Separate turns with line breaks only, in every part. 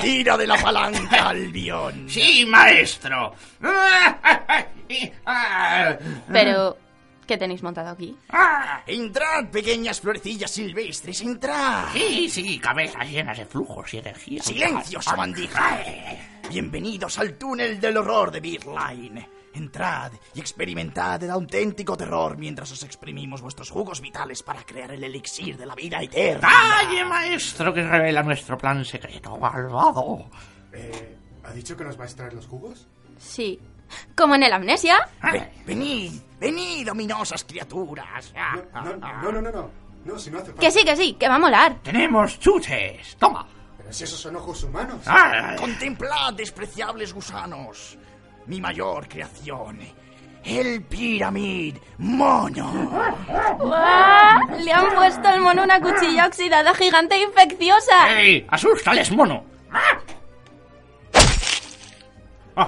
Tira de la palanca, Albión.
Sí, maestro.
Pero, ¿qué tenéis montado aquí?
Entrad, pequeñas florecillas silvestres, entrad.
Sí, sí, cabezas llenas de flujos y energía.
Silencio, sabandija. Bienvenidos al túnel del horror de Beerline. Entrad y experimentad el auténtico terror mientras os exprimimos vuestros jugos vitales para crear el elixir de la vida eterna.
¡Calle, maestro, que revela nuestro plan secreto, malvado!
Eh, ¿Ha dicho que nos va a extraer los jugos?
Sí. Como en el amnesia.
Ah.
Ve- venid, venid, ominosas criaturas.
Ah,
No, no, no, no, no. No, no si no hace falta.
Que sí, que sí, que va a molar.
¡Tenemos chutes! ¡Toma!
Pero si esos son ojos humanos.
¡Ay!
Contemplad, despreciables gusanos, mi mayor creación, el piramid mono.
¡Guau! Le han puesto al mono una cuchilla oxidada gigante e infecciosa.
¡Ey! ¡Asústales, mono! ah.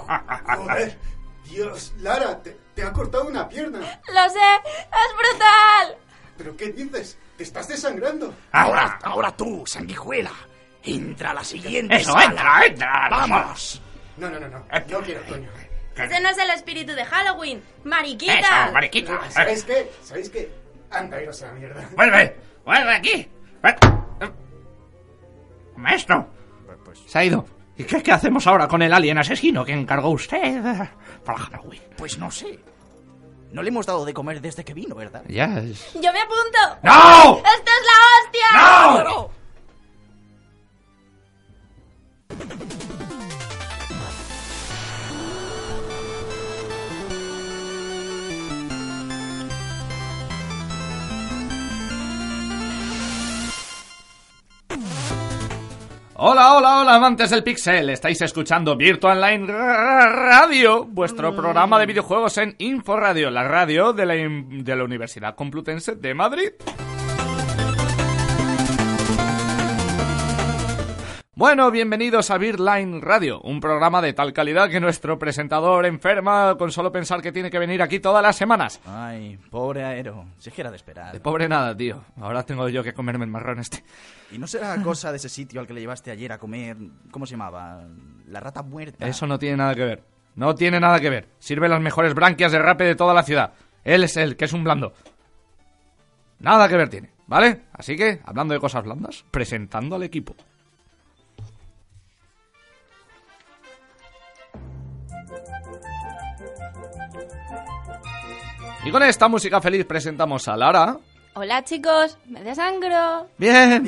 Joder. Dios, Lara, te, te ha cortado una pierna.
Lo sé, es brutal.
¿Pero qué dices? Te estás desangrando.
Ahora, ahora tú, sanguijuela, entra a la siguiente
¡Eso, eh.
sala.
entra, entra!
Vamos.
No, no, no, no. No quiero, coño.
Ese no es el espíritu de Halloween.
¡Eso,
Mariquita.
mariquita!
Ah, ¿Sabéis qué? ¿Sabéis qué? Anda, iros a la mierda.
¡Vuelve! ¡Vuelve aquí! Ven. Eh. Maestro, se ha ido. ¿Y qué, qué hacemos ahora con el alien asesino que encargó usted eh, para Halloween?
Pues no sé. No le hemos dado de comer desde que vino, ¿verdad?
Ya es...
Yo me apunto.
¡No!
¡Esta es la hostia!
¡No! Hola, hola, hola, amantes del Pixel. Estáis escuchando Virtual Online Radio, vuestro programa de videojuegos en Inforadio, la radio de la, in- de la Universidad Complutense de Madrid. Bueno, bienvenidos a Beerline Radio, un programa de tal calidad que nuestro presentador enferma con solo pensar que tiene que venir aquí todas las semanas.
Ay, pobre Aero. Si es que era de esperar.
De pobre nada, tío. Ahora tengo yo que comerme el marrón este.
¿Y no será cosa de ese sitio al que le llevaste ayer a comer? ¿Cómo se llamaba? La rata muerta.
Eso no tiene nada que ver. No tiene nada que ver. Sirve las mejores branquias de rape de toda la ciudad. Él es el que es un blando. Nada que ver tiene, ¿vale? Así que, hablando de cosas blandas, presentando al equipo. Y con esta música feliz presentamos a Lara.
Hola chicos, me desangro.
Bien.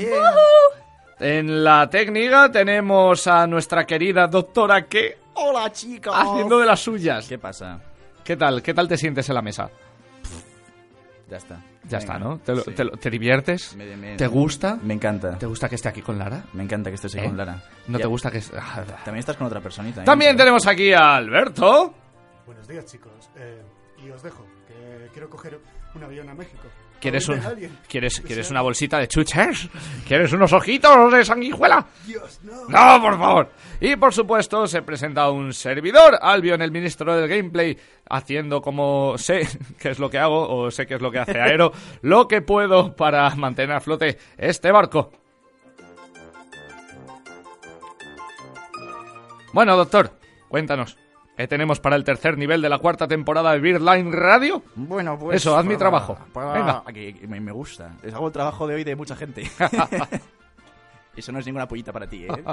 En la técnica tenemos a nuestra querida doctora que
Hola, chicos.
haciendo de las suyas.
¿Qué pasa?
¿Qué tal? ¿Qué tal te sientes en la mesa?
Ya está. Venga.
Ya está, ¿no? ¿Te, lo-
Sí.
te lo- te diviertes?
Me- me-
¿Te gusta?
Me encanta.
¿Te gusta que esté aquí con Lara?
Me encanta que estés ahí
¿Eh?
con Lara.
¿No
Ya-
te gusta que... es- Ah,
También estás con otra personita. ¿eh?
También tenemos aquí a Alberto.
Buenos días, chicos. Eh, y os dejo, que quiero coger un avión a México.
¿Quieres,
Ahorita
un-
alguien. Pues,
¿quieres,
Que
¿Quieres
sea-
una bolsita de chuches? ¿Quieres unos ojitos de sanguijuela?
Dios, no.
¡No, por favor! Y por supuesto, se presenta un servidor, Albion, el ministro del gameplay, haciendo como sé qué es lo que hago, o sé qué es lo que hace Aero, lo que puedo para mantener a flote este barco. Bueno, doctor, cuéntanos, ¿qué tenemos para el tercer nivel de la cuarta temporada de Beardline Radio?
Bueno, pues.
Eso, haz mi trabajo. Venga.
que- que me, me gusta. Les hago el trabajo de hoy de mucha gente. Eso no es ninguna pollita para ti, ¿eh?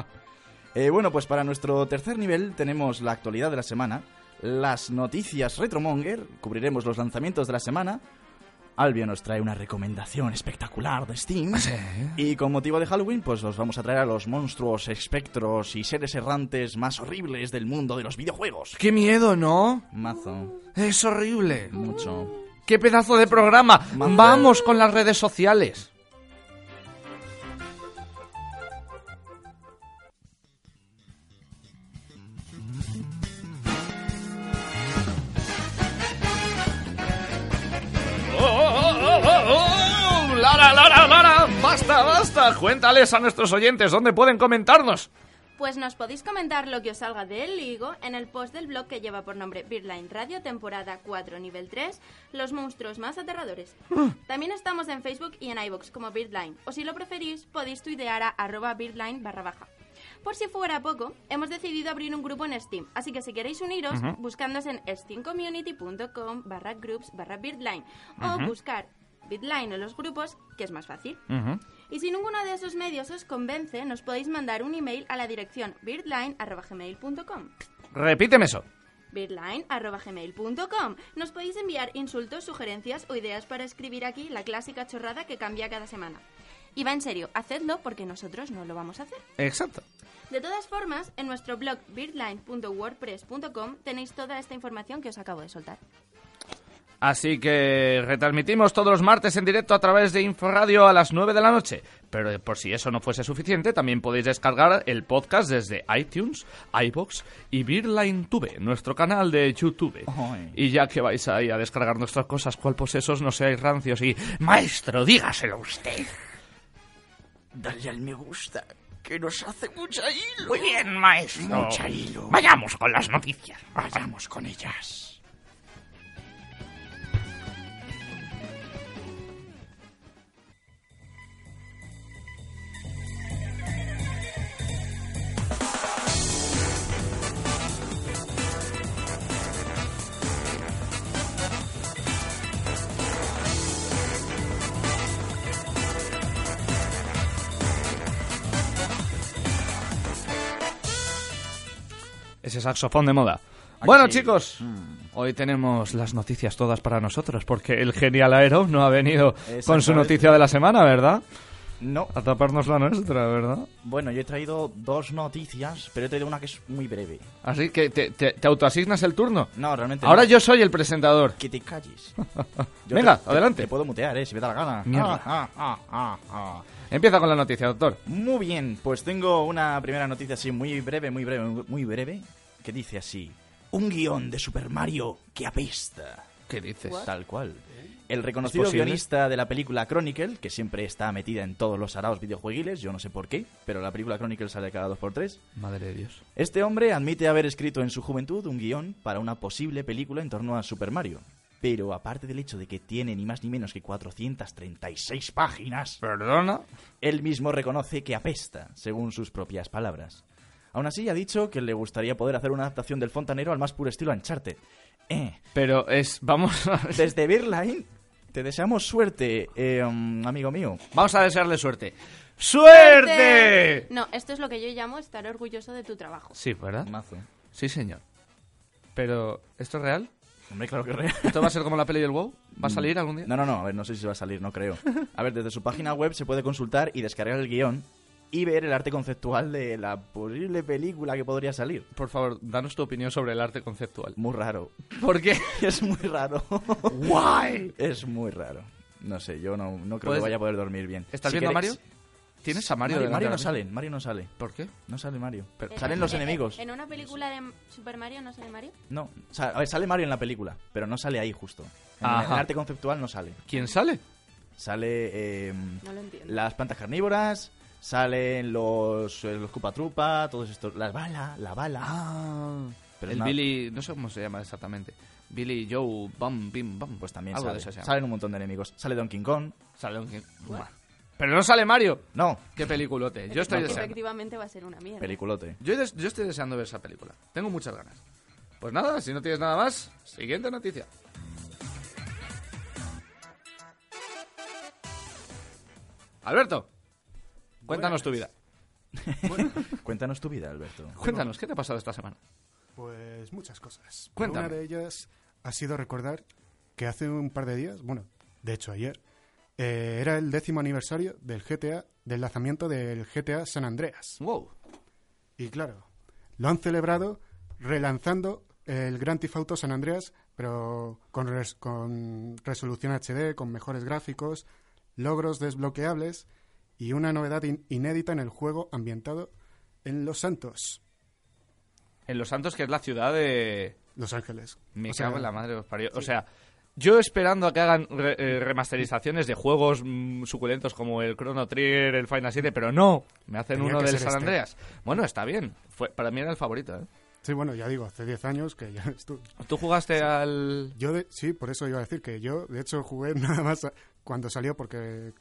Eh, bueno, pues para nuestro tercer nivel tenemos la actualidad de la semana, las noticias Retromonger, cubriremos los lanzamientos de la semana. Albia nos trae una recomendación espectacular de Steam.
Ah,
Y con motivo de Halloween, pues os vamos a traer a los monstruos, espectros y seres errantes más horribles del mundo de los videojuegos.
¡Qué miedo, no!
Mazo,
Es horrible.
mucho.
¡Qué pedazo de programa! ¡Vamos con las redes sociales! ¡Oh, oh, oh, oh, oh! ¡Lara, Lara, Lara! ¡Basta, basta! Cuéntales a nuestros oyentes dónde pueden comentarnos.
Pues nos podéis comentar lo que os salga del higo en el post del blog que lleva por nombre Beerline Radio, temporada 4, nivel 3, los monstruos más aterradores. También estamos en Facebook y en iVoox como Beerline, o si lo preferís, podéis tuitear a arroba Beerline barra baja. Por si fuera poco, hemos decidido abrir un grupo en Steam, así que si queréis uniros, buscándonos en steamcommunity.com barra groups barra Beerline, o buscar Beerline en los grupos, que es más fácil.
Ujú.
Y si ninguno de esos medios os convence, nos podéis mandar un email a la dirección birdline.gmail.com.
Repíteme eso.
birdline.gmail.com. Nos podéis enviar insultos, sugerencias o ideas para escribir aquí la clásica chorrada que cambia cada semana. Y va en serio, hacedlo porque nosotros no lo vamos a hacer.
Exacto.
De todas formas, en nuestro blog birdline.wordpress.com tenéis toda esta información que os acabo de soltar.
Así que retransmitimos todos los martes en directo a través de Inforadio a las 9 de la noche. Pero eh, por si eso no fuese suficiente, también podéis descargar el podcast desde iTunes, iBox y BeerlineTube, nuestro canal de YouTube.
Ay.
Y ya que vais ahí a descargar nuestras cosas, cual posesos no seáis rancios y... ¡Maestro, dígaselo usted!
Dale al me gusta, que nos hace mucha hilo.
Muy bien, maestro.
Mucha hilo.
Vayamos con las noticias.
Vayamos con ellas.
Ese saxofón de moda. Bueno, chicos,
Mm.
hoy tenemos las noticias todas para nosotros, porque el genial Aero no ha venido con su
Exactamente.
noticia de la semana, ¿verdad?
No,
A taparnos la nuestra, ¿verdad?
bueno, yo he traído dos noticias, pero he traído una que es muy breve.
Así que te, te- te autoasignas el turno.
No, realmente.
Ahora
no.
yo soy el presentador.
Que te calles.
Venga,
te-
adelante.
Te puedo mutear, eh, si me da la gana.
Mierda.
Ah, ah, ah, ah, ah.
Empieza con la noticia, doctor.
Muy bien, pues tengo una primera noticia así muy breve, muy breve, muy breve, que dice así. Un guión de Super Mario que apesta.
¿Qué dices?
Tal cual. El reconocido
posible?
guionista de la película Chronicle, que siempre está metida en todos los araos videojueguiles, yo no sé por qué, pero la película Chronicle sale cada dos por tres.
Madre de Dios.
Este hombre admite haber escrito en su juventud un guión para una posible película en torno a Super Mario. Pero aparte del hecho de que tiene ni más ni menos que 436 páginas,
¿Perdona?
él mismo reconoce que apesta, según sus propias palabras. Aún así, ha dicho que le gustaría poder hacer una adaptación del fontanero al más puro estilo Uncharted. Eh,
Pero es... Vamos a...
desde Beerline, te deseamos suerte, eh, um, amigo mío.
Vamos a desearle suerte. ¡Suerte!
No, esto es lo que yo llamo estar orgulloso de tu trabajo.
Sí, ¿verdad?
Mazo.
Sí, señor. Pero, ¿esto es real?
Hombre, claro que es real.
¿Esto va a ser como la peli del WoW? ¿Va a salir algún día?
No, no, no, a ver, no sé si va a salir, no creo. A ver, desde su página web se puede consultar y descargar el guión y ver el arte conceptual de la posible película que podría salir.
Por favor, danos tu opinión sobre el arte conceptual.
Muy raro.
¿Por qué?
Es muy raro.
¡Guay!
Es muy raro. No sé, yo no, no creo
¿Puedes-
que vaya a poder dormir bien.
Pues, ¿Estás
Si
viendo a Mario?
queréis-
¿Tienes a Mario
Mario,
delante
Mario
ahora
no
mismo?
sale, Mario no sale.
¿Por qué?
No sale Mario.
Pero-
En-
Salen los
en-
enemigos.
Eh, ¿En una película de Super Mario no sale Mario?
No, o sea, a ver, sale Mario en la película, pero no sale ahí justo. En el-
Ajá.
en el arte conceptual no sale.
¿Quién sale?
Sale eh,
No lo entiendo.
las plantas carnívoras, salen los, eh, los Koopa Troopa, todos estos. Las balas, la bala.
Ah,
Pero
el
no-
Billy, no sé cómo se llama exactamente. Billy Joe Bam Bim Bam.
Pues también
Algo
sale.
de eso se llama.
Salen un montón de enemigos. Sale Donkey Kong.
Sale un- Buah. Pero no sale Mario.
No,
Qué peliculote. Yo estoy
Efecti-
deseando.
Efectivamente va a ser una mierda.
peliculote.
Yo, des- yo estoy deseando ver esa película. Tengo muchas ganas. Pues nada, si no tienes nada más, siguiente noticia. Alberto, cuéntanos tu vida.
Cuéntanos tu vida, Alberto.
Cuéntanos, ¿qué te ha pasado esta semana?
Pues muchas cosas.
Cuéntame.
Una de ellas ha sido recordar que hace un par de días, bueno, de hecho ayer, eh, era el décimo aniversario del GTA, del lanzamiento del GTA San Andreas.
Wow.
Y claro, lo han celebrado relanzando el Gran Theft Auto San Andreas, pero con, res- con resolución HD, con mejores gráficos, logros desbloqueables y una novedad in- inédita en el juego ambientado en Los Santos,
En Los Santos, que es la ciudad de...
Los Ángeles.
Me
O sea,
cago en la madre que os parió. O sea, Yo esperando a que hagan re- eh, remasterizaciones de juegos mm, suculentos como el Chrono Trigger, el Final 7, pero no, me hacen
Tenía
uno
que
del
ser
San
este.
Andreas. Bueno, está bien, Fue, para mí era el favorito. ¿eh?
Sí, bueno, ya digo, hace 10 años que ya estuve.
¿Tú jugaste al...?
Yo de- sí, por eso iba a decir que yo, de hecho, jugué nada más a- cuando salió porque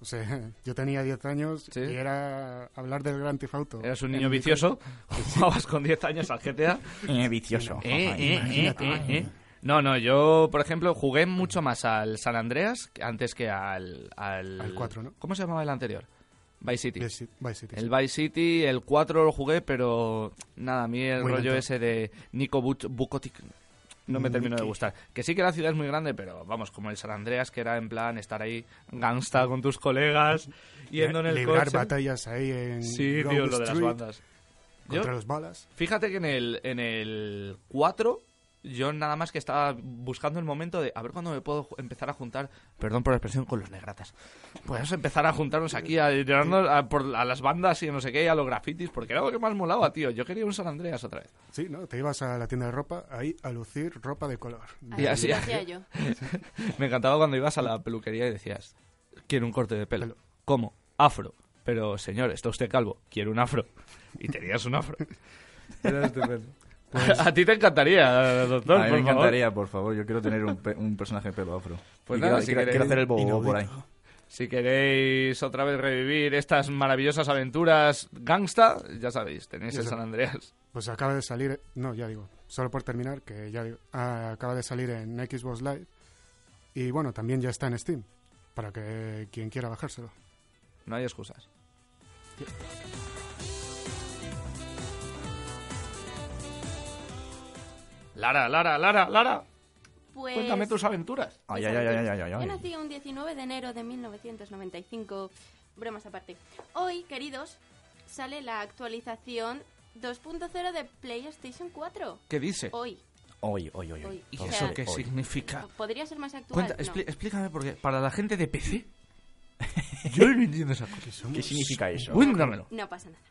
o sea, yo tenía 10 años
Sí.
y era hablar del Gran Tifauto.
Eras un niño vicioso, jugabas con 10 años al GTA...
Eh, vicioso.
Eh,
Ajá,
eh,
imagínate.
eh, eh, eh. No, no, yo, por ejemplo, jugué mucho más al San Andreas que- antes que al... Al,
Al 4, ¿no?
¿Cómo se llamaba el anterior? Vice City.
Vice City- Vice City, sí.
El Vice City, el 4 lo jugué, pero nada, a mí el
Muy
rollo
lento. Mm,
ese de Nico But- Bukotic no me terminó de gustar. Que sí que la ciudad es muy grande, pero vamos, como el San Andreas, que era en plan estar ahí gangsta con tus colegas, yendo en el
Librar
coche.
batallas ahí en
Sí,
Grove
tío, lo de las
Street
bandas. Yo-
Contra los balas.
Fíjate que en el, en el 4 yo nada más que estaba buscando el momento de a ver cuándo me puedo ju- empezar a juntar, perdón por la expresión, con los negratas. Podemos empezar a juntarnos aquí, a tirarnos a, por- a las bandas y a no sé qué, y a los grafitis, porque era lo que más molaba, tío. Yo quería un San Andreas otra vez.
Sí, ¿no? Te ibas a la tienda de ropa ahí a lucir ropa de color.
Y así-
lo hacía yo.
Me encantaba cuando ibas a la peluquería y decías, quiero un corte de pelo. ¿Cómo? Afro. Pero señor, está usted calvo, quiero un afro. Y tenías un afro. Era estupendo. a ti te encantaría, doctor.
Pues a mí me
por favor.
encantaría, por favor. Yo quiero tener un, pe- un personaje de pelo afro.
Pues
Y
nada,
quiero,
si
quiero-
queréis-
quiero hacer el bobo
Inaudito.
por ahí.
Si queréis otra vez revivir estas maravillosas aventuras gangsta, ya sabéis, tenéis el
Eso.
San Andreas.
Pues acaba de salir, no, ya digo, solo por terminar, que ya digo, ah, acaba de salir en Xbox Live y bueno, también ya está en Steam, para que quien quiera bajárselo.
No hay excusas. Lara, Lara, Lara, Lara,
Pues...
cuéntame tus aventuras.
Ay, ay, ay, ay, ay, ay,
Yo
ay.
nací un 19 de enero de 1995. Bromas aparte. Hoy, queridos, sale la actualización 2.0 de PlayStation 4.
¿Qué dice?
Hoy.
Hoy, hoy, hoy, hoy.
Hoy.
¿Y
O
eso
sea,
qué
hoy.
significa?
¿Podría ser más actual?
Cuenta,
Pues
No.
expli- explícame porque para la gente de PC, yo no entiendo esa cosa.
¿Qué significa eso?
Cuéntamelo.
No pasa nada.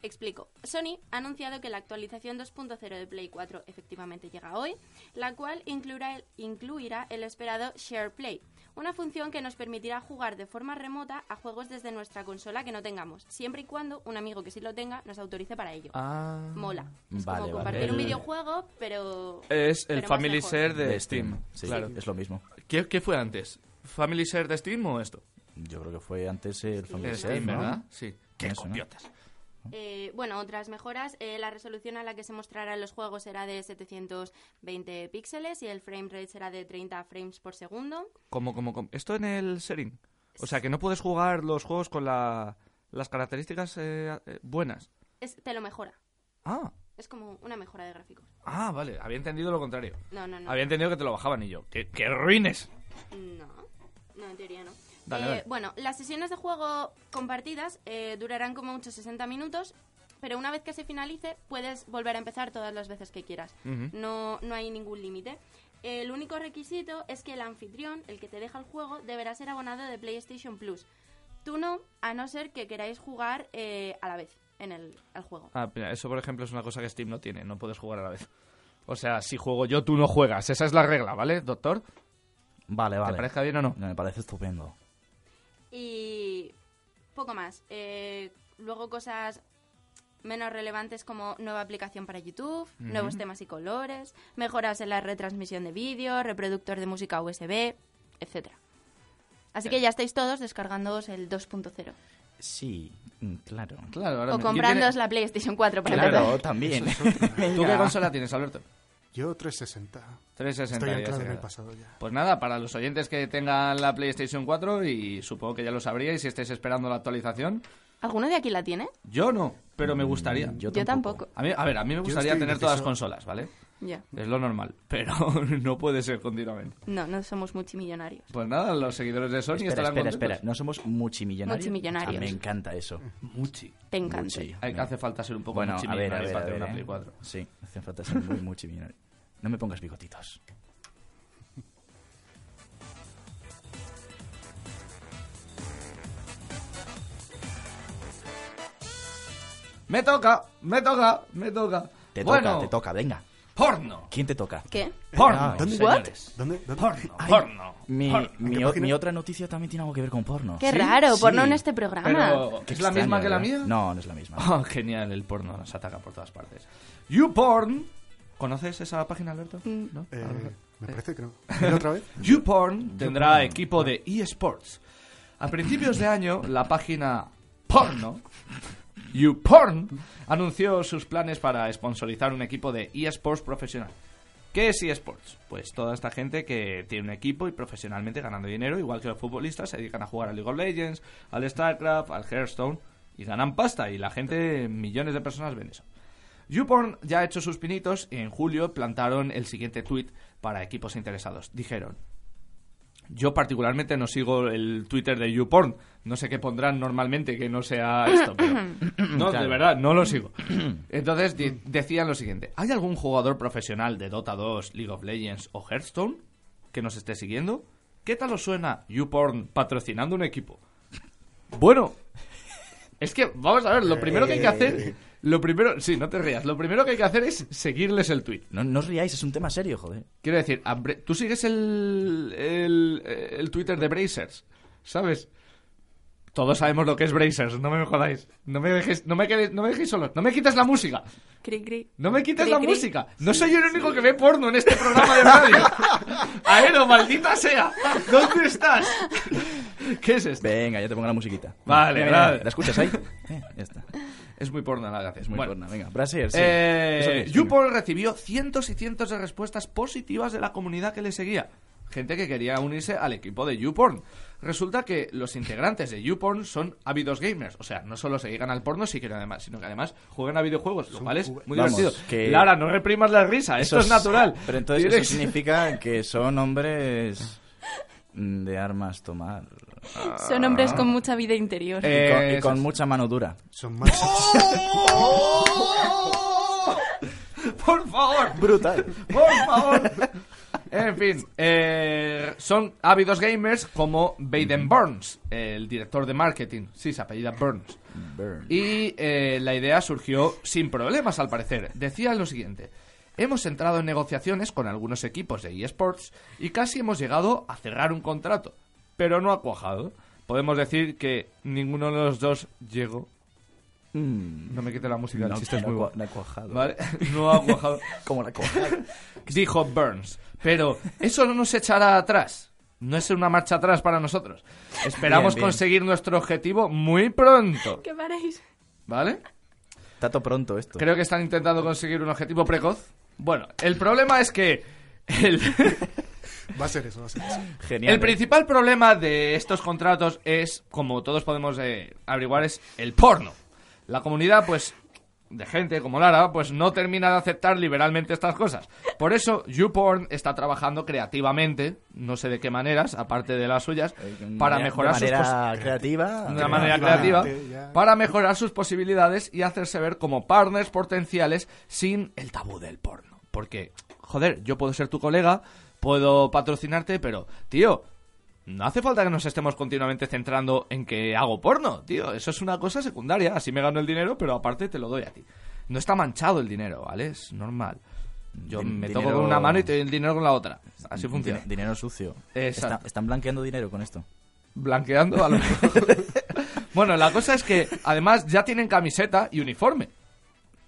Explico. Sony ha anunciado que la actualización 2.0 de Play 4 efectivamente llega hoy, la cual incluirá el, incluirá el esperado Share Play, una función que nos permitirá jugar de forma remota a juegos desde nuestra consola que no tengamos, siempre y cuando un amigo que sí lo tenga nos autorice para ello.
Ah.
Mola.
Vale,
Es
vale. Eh.
como compartir un
El-
videojuego, pero...
Es el
pero más
Family
lejos.
Share de
De
Steam.
Sí,
Claro.
es lo mismo.
¿Qué, qué fue antes? ¿Family Share de Steam o esto?
Yo creo que fue antes el Family
Steam,
Share, ¿no?
¿verdad? Sí. Qué
Eso, ¿no?
copiotas.
Eh, bueno, otras mejoras. eh, la resolución a la que se mostrarán los juegos será de 720 píxeles y el frame rate será de 30 frames por segundo.
Como, como, como. Esto en el sharing. O sea, que no puedes jugar los juegos con la- las características eh, eh, buenas.
Es- te lo mejora.
Ah,
Es como una mejora de gráficos.
ah, vale. Había entendido lo contrario.
No, no, no.
Había entendido que te lo bajaban y yo. ¡Qué, qué ruines!
No, no, en teoría no.
Dale,
Eh,
dale.
Bueno, las sesiones de juego compartidas eh, durarán como mucho 60 minutos, pero una vez que se finalice puedes volver a empezar todas las veces que quieras.
Ujú.
no, no hay ningún límite. El único requisito es que el anfitrión, el que te deja el juego, deberá ser abonado de PlayStation Plus. Tú no, a no ser que queráis jugar eh, a la vez en el al juego.
Ah, mira, eso por ejemplo es una cosa que Steam no tiene. No puedes jugar a la vez. O sea, si juego yo, tú no juegas. Esa es la regla, ¿vale, doctor?
Vale, vale.
¿Te parezca bien o no?
No, me parece estupendo.
Y poco más. Eh, luego cosas menos relevantes como nueva aplicación para YouTube, nuevos temas y colores, mejoras en la retransmisión de vídeo, reproductor de música USB, etcétera. Así que ya estáis todos descargándoos el 2.0.
Sí, mm, claro.
Claro, ahora
O
me- ¿Quién
comprándoos
tiene-
la PlayStation 4 para
Claro.
empezar.
Claro, también.
¿Tú qué consola tienes, Alberto?
Yo 360.
360.
Estoy
ya
anclado
se
en el
queda.
pasado ya.
Pues nada, para los oyentes que tengan la PlayStation 4, y supongo que ya lo sabríais si estáis esperando la actualización,
¿Alguno de aquí la tiene?
yo no, pero me gustaría.
Mm, Yo
Yo
tampoco.
tampoco.
A, mí, a ver, a mí me gustaría
estoy
tener todas las
indeciso.
consolas, ¿vale?
Ya.
Es lo normal, pero no puede ser continuamente.
No, no somos multimillonarios.
Pues nada, los seguidores de Sony
Espera,
estarán
espera,
contentos.
espera. No somos multimillonarios.
Multimillonarios.
Ah, me encanta eso.
Muchi.
Te encanta.
Muchi.
Hay- hace falta ser un poco
Bueno,
muchi
a ver, a
millonario
ver,
para
a
tener
ver,
una
¿eh?
Play 4.
Sí, hace falta ser muy multimillonario. No me pongas bigotitos.
Me toca, me toca, me toca.
Te
bueno,
toca, te toca, venga.
Porno.
¿Quién te toca?
¿Qué?
Porno.
¿Dónde?
señores.
Eh, ¿Dónde? dónde?
Porno.
Ay,
Porno.
Mi,
porno.
mi
¿En qué
o-
página?
mi otra noticia también tiene algo que ver con porno.
Qué
Sí.
raro,
Sí.
porno en este programa.
Pero,
Qué
¿Es la
extraño,
misma que la
¿verdad?
mía?
No, no es la Ah. misma.
Oh, genial, el porno nos ataca por todas partes. YouPorn. ¿Conoces esa página, Alberto? ¿No?
Eh,
Alberto.
me parece que no. ¿Dile otra vez?
YouPorn tendrá equipo de eSports. A principios de año, la página porno, YouPorn, anunció sus planes para sponsorizar un equipo de eSports profesional. ¿Qué es eSports? Pues toda esta gente que tiene un equipo y profesionalmente ganando dinero, igual que los futbolistas, se dedican a jugar al League of Legends, al StarCraft, al Hearthstone y ganan pasta y la gente, millones de personas ven eso. YouPorn ya ha hecho sus pinitos y en julio plantaron el siguiente tuit para equipos interesados. Dijeron, yo particularmente no sigo el Twitter de YouPorn, no sé qué pondrán normalmente que no sea esto, pero no, de verdad, no lo sigo. Entonces di- decían lo siguiente, ¿hay algún jugador profesional de Dota 2, League of Legends o Hearthstone que nos esté siguiendo? ¿Qué tal os suena YouPorn patrocinando un equipo? Bueno, es que, vamos a ver, lo primero que hay que hacer. Lo primero. Sí, no te rías. Lo primero que hay que hacer es seguirles el tweet.
No, no os riáis, es un tema serio, joder.
Quiero decir, a Bre- tú sigues el, el, eh, el Twitter de Brazers, ¿sabes? Todos sabemos lo que es Brazers, no me jodáis. No me dejéis, no me quedéis, no me dejéis solo. No me quites la música.
Cri, cri.
No me quites
Cri,
la
cri.
música. No soy el único que ve porno en este programa de radio. Aero, maldita sea. ¿Dónde estás? ¿Qué es esto?
Venga, ya te pongo la musiquita.
Vale,
Mira, mira,
vale.
¿La escuchas ahí? Eh, ya está.
Es muy porno la que
Es muy
bueno,
porno. Venga, Brasier, sí. Eso
Eh,
que es.
YouPorn recibió cientos y cientos de respuestas positivas de la comunidad que le seguía. Gente que quería unirse al equipo de YouPorn. Resulta que los integrantes de YouPorn son ávidos gamers. O sea, no solo se llegan al porno, sí que además, sino que además juegan a videojuegos, lo cual es muy
Vamos,
divertido.
que-
Lara, no reprimas la risa, esto
Eso
es, natural.
Pero entonces
Tienes-
eso significa que son hombres mm, de armas tomar.
Son hombres con mucha vida interior.
Eh,
Y con, y
eso
con
es.
mucha mano dura.
Son más...
Por favor.
Brutal.
Por favor. En fin, eh, son ávidos gamers como Baden Burns, el director de marketing. Sí, se apellida Burns.
Burn.
Y eh, la idea surgió sin problemas, al parecer. Decía lo siguiente. Hemos entrado en negociaciones con algunos equipos de eSports y casi hemos llegado a cerrar un contrato, pero no ha cuajado. Podemos decir que ninguno de los dos llegó.
Mm,
No me quite la música, el
no,
chiste es
no
muy
ha cua-
bueno.
no ha cuajado.
¿Vale? No ha cuajado.
Como la cuajada.
dijo Burns. Pero eso no nos echará atrás. No es una marcha atrás para nosotros. Esperamos
Bien, bien.
conseguir nuestro objetivo muy pronto.
¿Qué paréis?
¿Vale?
Tato pronto esto.
Creo que están intentando conseguir un objetivo precoz. Bueno, el problema es que el,
Va a ser eso, va a ser eso.
Genial.
el
¿eh?
principal problema de estos contratos es, como todos podemos eh, averiguar, es el porno. La comunidad, pues, de gente como Lara, pues no termina de aceptar liberalmente estas cosas. Por eso, YouPorn está trabajando creativamente, no sé de qué maneras, aparte de las suyas, para
Eh, De-
mejorar
de
sus pos-
manera creativa.
de una manera creativa
Creativamente, Ah, ya.
para mejorar sus posibilidades y hacerse ver como partners potenciales sin el tabú del porno. Porque, joder, yo puedo ser tu colega, puedo patrocinarte, pero, tío, no hace falta que nos estemos continuamente centrando en que hago porno, tío. Eso es una cosa secundaria. Así me gano el dinero, pero aparte te lo doy a ti. No está manchado el dinero, ¿vale? Es normal. Yo
Din-
me toco
dinero-
con una mano y te doy el dinero con la otra. Así
Din-
funciona.
Dinero sucio.
Exacto.
Está- están blanqueando dinero con esto.
Blanqueando a lo mejor. bueno, la cosa es que además ya tienen camiseta y uniforme.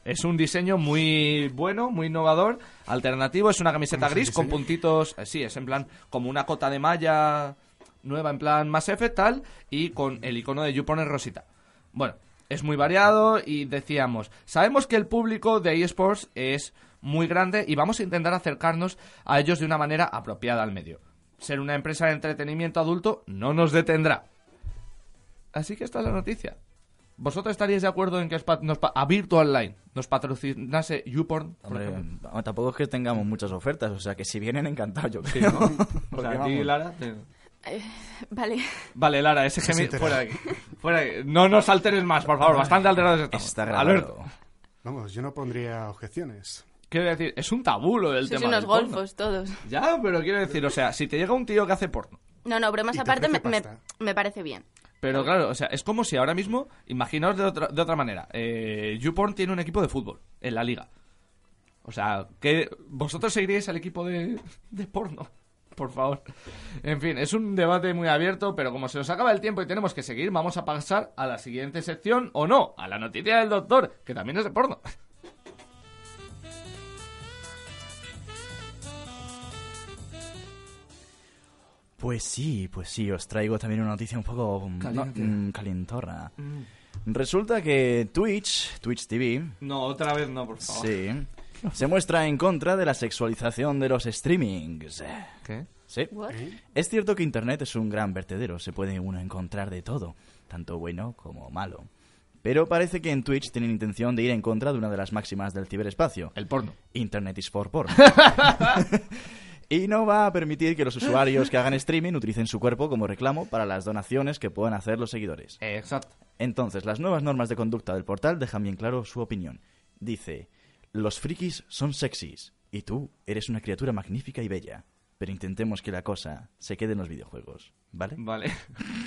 Es un diseño muy bueno, muy innovador, alternativo. Es una camiseta
¿Cómo es el
gris con
diseño?
puntitos. eh, sí, es en plan como una cota de malla nueva, en plan más F tal, y con el icono de YouPorn en rosita. Bueno, es muy variado y decíamos, sabemos que el público de eSports es muy grande y vamos a intentar acercarnos a ellos de una manera apropiada al medio. Ser una empresa de entretenimiento adulto no nos detendrá. Así que esta es la noticia. ¿Vosotros estaríais de acuerdo en que os pa- nos pa- a Virtual Line nos patrocinase YouPorn? por
Hombre,
ejemplo?
vamos, tampoco es que tengamos muchas ofertas. O sea, que si vienen encantados, yo
Sí,
creo.
¿no? O
Porque
sea, a ti,
vamos.
Lara, te-
Eh, Vale.
Vale, Lara, ese
se
gemido...
entera.
Fuera de aquí. Fuera de aquí. No nos alteres más, por favor. Bastante alterados estamos.
Está grabado.
Alberto,
Vamos, yo no pondría objeciones.
quiero decir, es un tabú lo del
Sois
tema
unos
del porno.
golfos todos.
Ya, pero quiero decir, o sea, si te llega un tío que hace porno,
No, no, bromas
Y te
aparte me,
ofrece
me-
pasta.
me parece bien.
pero claro, o sea, es como si ahora mismo, imaginaos de otra, de otra manera, eh, YouPorn tiene un equipo de fútbol en la liga. O sea, que vosotros seguiríais al equipo de, de porno. Por favor. En fin, es un debate muy abierto, pero como se nos acaba el tiempo y tenemos que seguir, vamos a pasar a la siguiente sección o no, a la noticia del doctor, que también es de porno.
Pues sí, pues sí, os traigo también una noticia un poco mm,
Caliente.
no, mm, calentorra. Resulta que Twitch, Twitch TV,
No, otra vez no, por favor.
sí, se muestra en contra de la sexualización de los streamings.
¿Qué?
Sí.
What?
¿eh?
Es cierto que Internet es un gran vertedero, se puede uno encontrar de todo, tanto bueno como malo. Pero parece que en Twitch tienen intención de ir en contra de una de las máximas del ciberespacio,
El porno.
Internet is for porn. y no va a permitir que los usuarios que hagan streaming utilicen su cuerpo como reclamo para las donaciones que puedan hacer los seguidores.
Exacto.
Entonces, las nuevas normas de conducta del portal dejan bien claro su opinión. Dice, los frikis son sexys y tú eres una criatura magnífica y bella. Pero intentemos que la cosa se quede en los videojuegos, ¿vale?
Vale.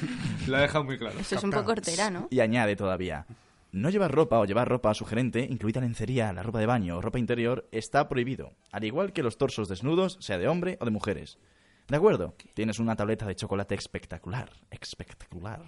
Lo he dejado muy claro.
Eso es un poco hortera, ¿no?
Y añade todavía, no llevar ropa o llevar ropa sugerente, incluida lencería, la ropa de baño o ropa interior, está prohibido, al igual que los torsos desnudos, sea de hombre o de mujeres. De acuerdo, tienes una tableta de chocolate espectacular, espectacular.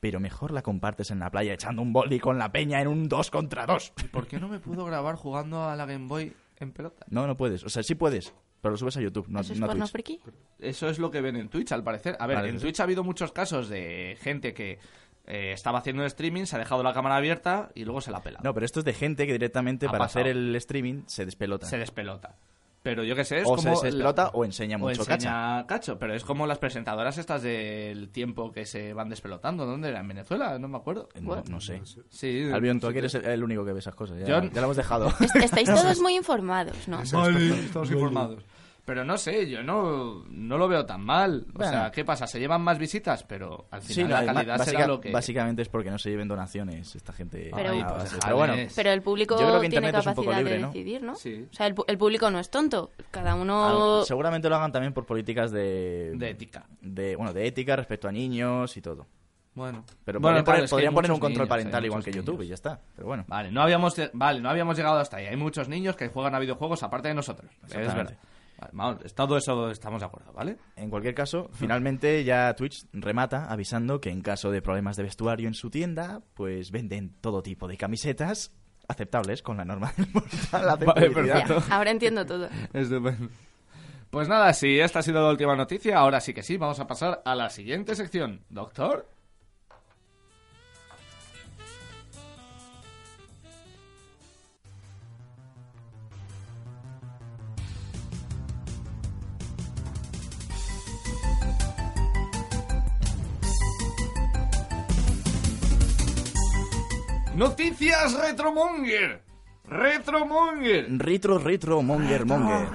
Pero mejor la compartes en la playa echando un boli con la peña en un dos contra dos.
¿Por qué no me pudo grabar jugando a la Game Boy en pelota?
No, no puedes. O sea, sí puedes, pero lo subes a YouTube, no,
¿Eso es
no a
porno
Twitch.
friki?
Eso es lo que ven en Twitch, al parecer. A ver,
Parece
en
ser.
Twitch ha habido muchos casos de gente que eh, estaba haciendo un streaming, se ha dejado la cámara abierta y luego se la pela.
No, pero esto es de gente que directamente
Ha
para
pasado.
hacer el streaming se despelota.
Se despelota. Pero yo qué sé, es
o se
como...
despelota
la-
o enseña mucho
enseña
cacha.
cacho, pero es como las presentadoras estas del tiempo que se van despelotando. ¿Dónde era? ¿En Venezuela? Eh, No me acuerdo.
Eh, No, no sé.
Sí.
Albion, tú aquí eres el, el único que ve esas cosas. Ya,
Yo-
ya lo hemos dejado.
Est- Estáis todos muy informados, ¿no?
Estamos informados. Pero no sé, yo no, no lo veo tan mal. O
Bueno.
sea, ¿qué pasa? Se llevan más visitas, pero al final
Sí, no,
la
eh,
calidad
ba-
será
básica-
lo que...
Básicamente es porque no se lleven donaciones esta gente.
Pero-
a la
Ay, pues,
base.
déjales.
Pero bueno,
Pero el público
Yo creo que
tiene
Internet es un poco
capacidad
libre,
de
¿no?
decidir, ¿no?
Sí.
O sea, el, pu- el público no es tonto. Cada uno...
al- ah, seguramente lo hagan también por políticas de,
De ética.
de- bueno, de ética respecto a niños y todo.
Bueno,
Pero podrían poner,
Bueno, claro, es que hay
podrían poner un
muchos
control
niños,
parental
hay
igual que
muchos
YouTube y
niños.
ya está. Pero bueno,
Vale, no habíamos, vale, no habíamos llegado hasta ahí. Hay muchos niños que juegan a videojuegos aparte de nosotros. Es
Exactamente.
verdad. Vale, vamos, es- todo eso estamos de acuerdo, ¿vale?
en cualquier caso, finalmente ya Twitch remata avisando que en caso de problemas de vestuario en su tienda, pues venden todo tipo de camisetas aceptables con la norma del portal. Hacen
Vale,
publicidad.
Ya,
perfecto.
ahora entiendo todo.
Estupendo. Pues nada, si esta ha sido la última noticia, ahora sí que sí, vamos a pasar a la siguiente sección. Doctor. Noticias Retromonger. Retromonger.
Retro, retro, monger, monger.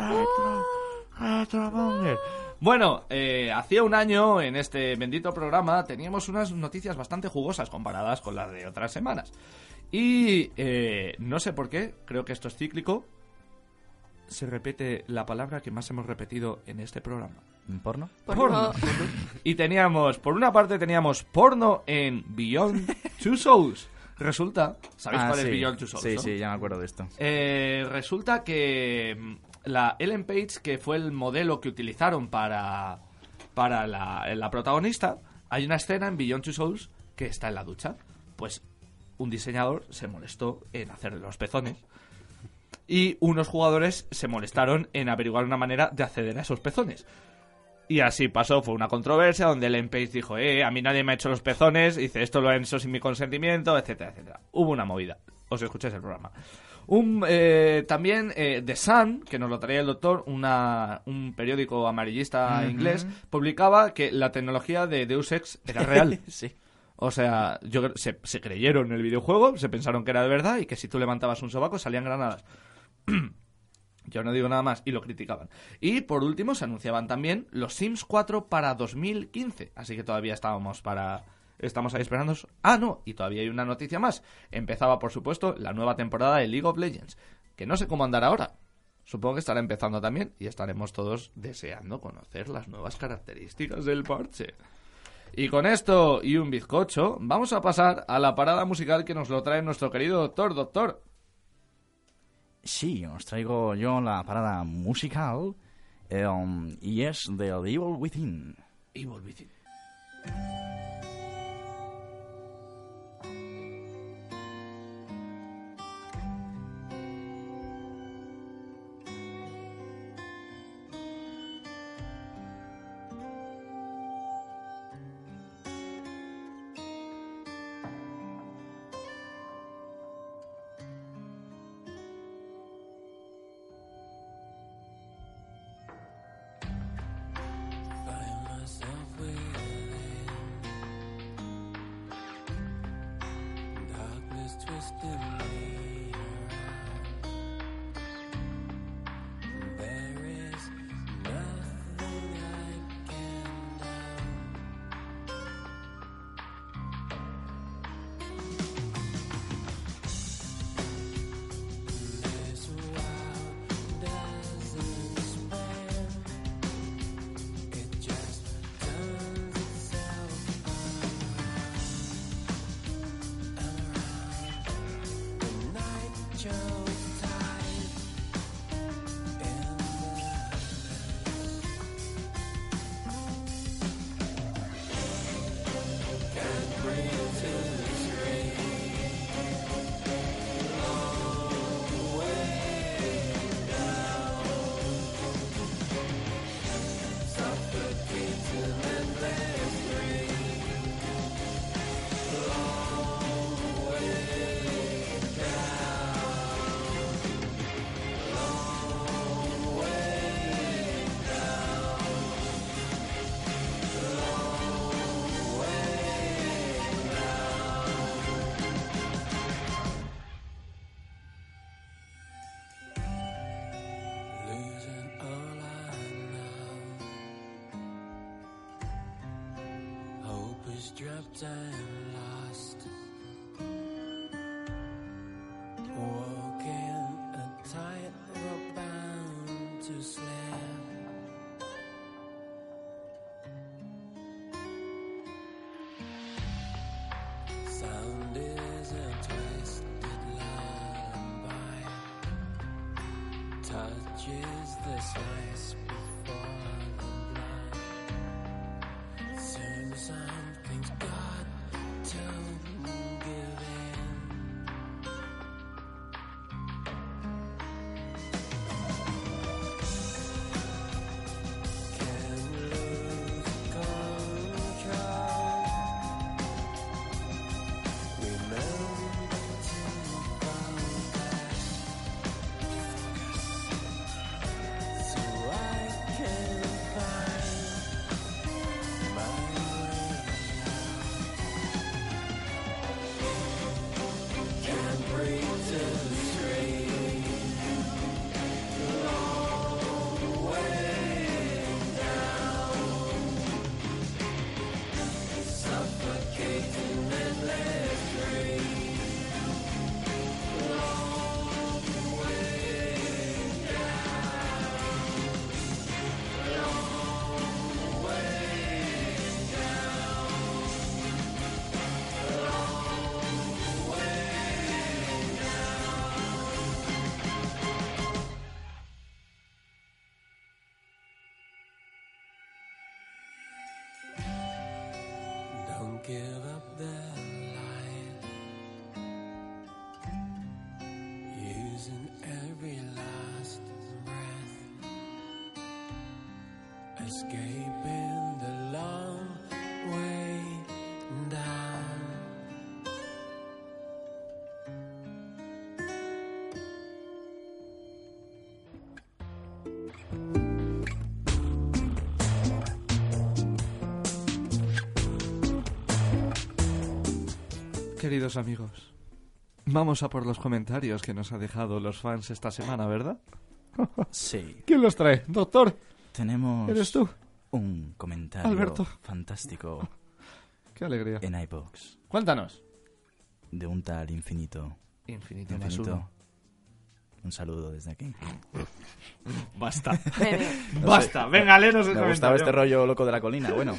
Bueno, eh, hacía un año en este bendito programa teníamos unas noticias bastante jugosas comparadas con las de otras semanas. Y eh, no sé por qué, creo que esto es cíclico. Se repite la palabra que más hemos repetido en este programa.
¿Porno?
Porno.
Y teníamos, por una parte teníamos porno en Beyond Two Souls. Resulta, ¿sabéis
Ah,
cuál
sí.
es Beyond Two Souls?
Sí,
no?
sí, ya me acuerdo de esto.
Eh, resulta que mm, la Ellen Page, que fue el modelo que utilizaron para, para la, la protagonista, hay una escena en Beyond Two Souls que está en la ducha. Pues un diseñador se molestó en hacer los pezones y unos jugadores se molestaron en averiguar una manera de acceder a esos pezones. Y así pasó, fue una controversia donde Ellen Page dijo, eh, a mí nadie me ha hecho los pezones, dice, esto lo han hecho sin mi consentimiento, etcétera, etcétera. Hubo una movida, os escucháis el programa. Un, eh, también eh, The Sun, que nos lo traía el doctor, una, un periódico amarillista inglés, publicaba que la tecnología de Deus Ex era real.
Sí.
O sea, yo creo- se, se creyeron en el videojuego, se pensaron que era de verdad y que si tú levantabas un sobaco salían granadas. yo no digo nada más y lo criticaban. Y por último se anunciaban también los Sims 4 para 2015, así que todavía estábamos para estamos ahí esperando. Ah, no, y todavía hay una noticia más. Empezaba, por supuesto, la nueva temporada de League of Legends, que no sé cómo andará ahora. Supongo que estará empezando también y estaremos todos deseando conocer las nuevas características del parche. Y con esto y un bizcocho, vamos a pasar a la parada musical que nos lo trae nuestro querido doctor. Doctor,
Sí, os traigo yo la parada musical eh, um, y es The Evil Within.
Evil Within.
Find myself waiting. Darkness twisting me around. There is nothing I can do. This world doesn't spin. It just turns itself around and around. The night chose time in the night. Can't breathe till it's rain. Long way down. Losing all I know. Hope is dropped and lost. Walking a tightrope bound to slip. Sound is a twisted lullaby touches the skies before the blind. Soon something's got to give in. Can lose control. Remember to focus. So I can find my Can't breathe till it's raining. Long way down, suffocating endless rain. Long way down. Don't give up the light. Using every last breath. Escaping the long way down.
Queridos amigos, vamos a por los comentarios que nos ha dejado los fans esta semana, ¿verdad?
Sí,
¿Quién los trae? Doctor,
tenemos
¿eres tú?
un comentario
Alberto.
fantástico
Qué alegría.
en iBox
Cuéntanos.
de un tal infinito.
Infinito,
infinito. Un saludo desde aquí.
Basta, venga, léenos el
Me gustaba
comentario.
este rollo loco de la colina. Bueno,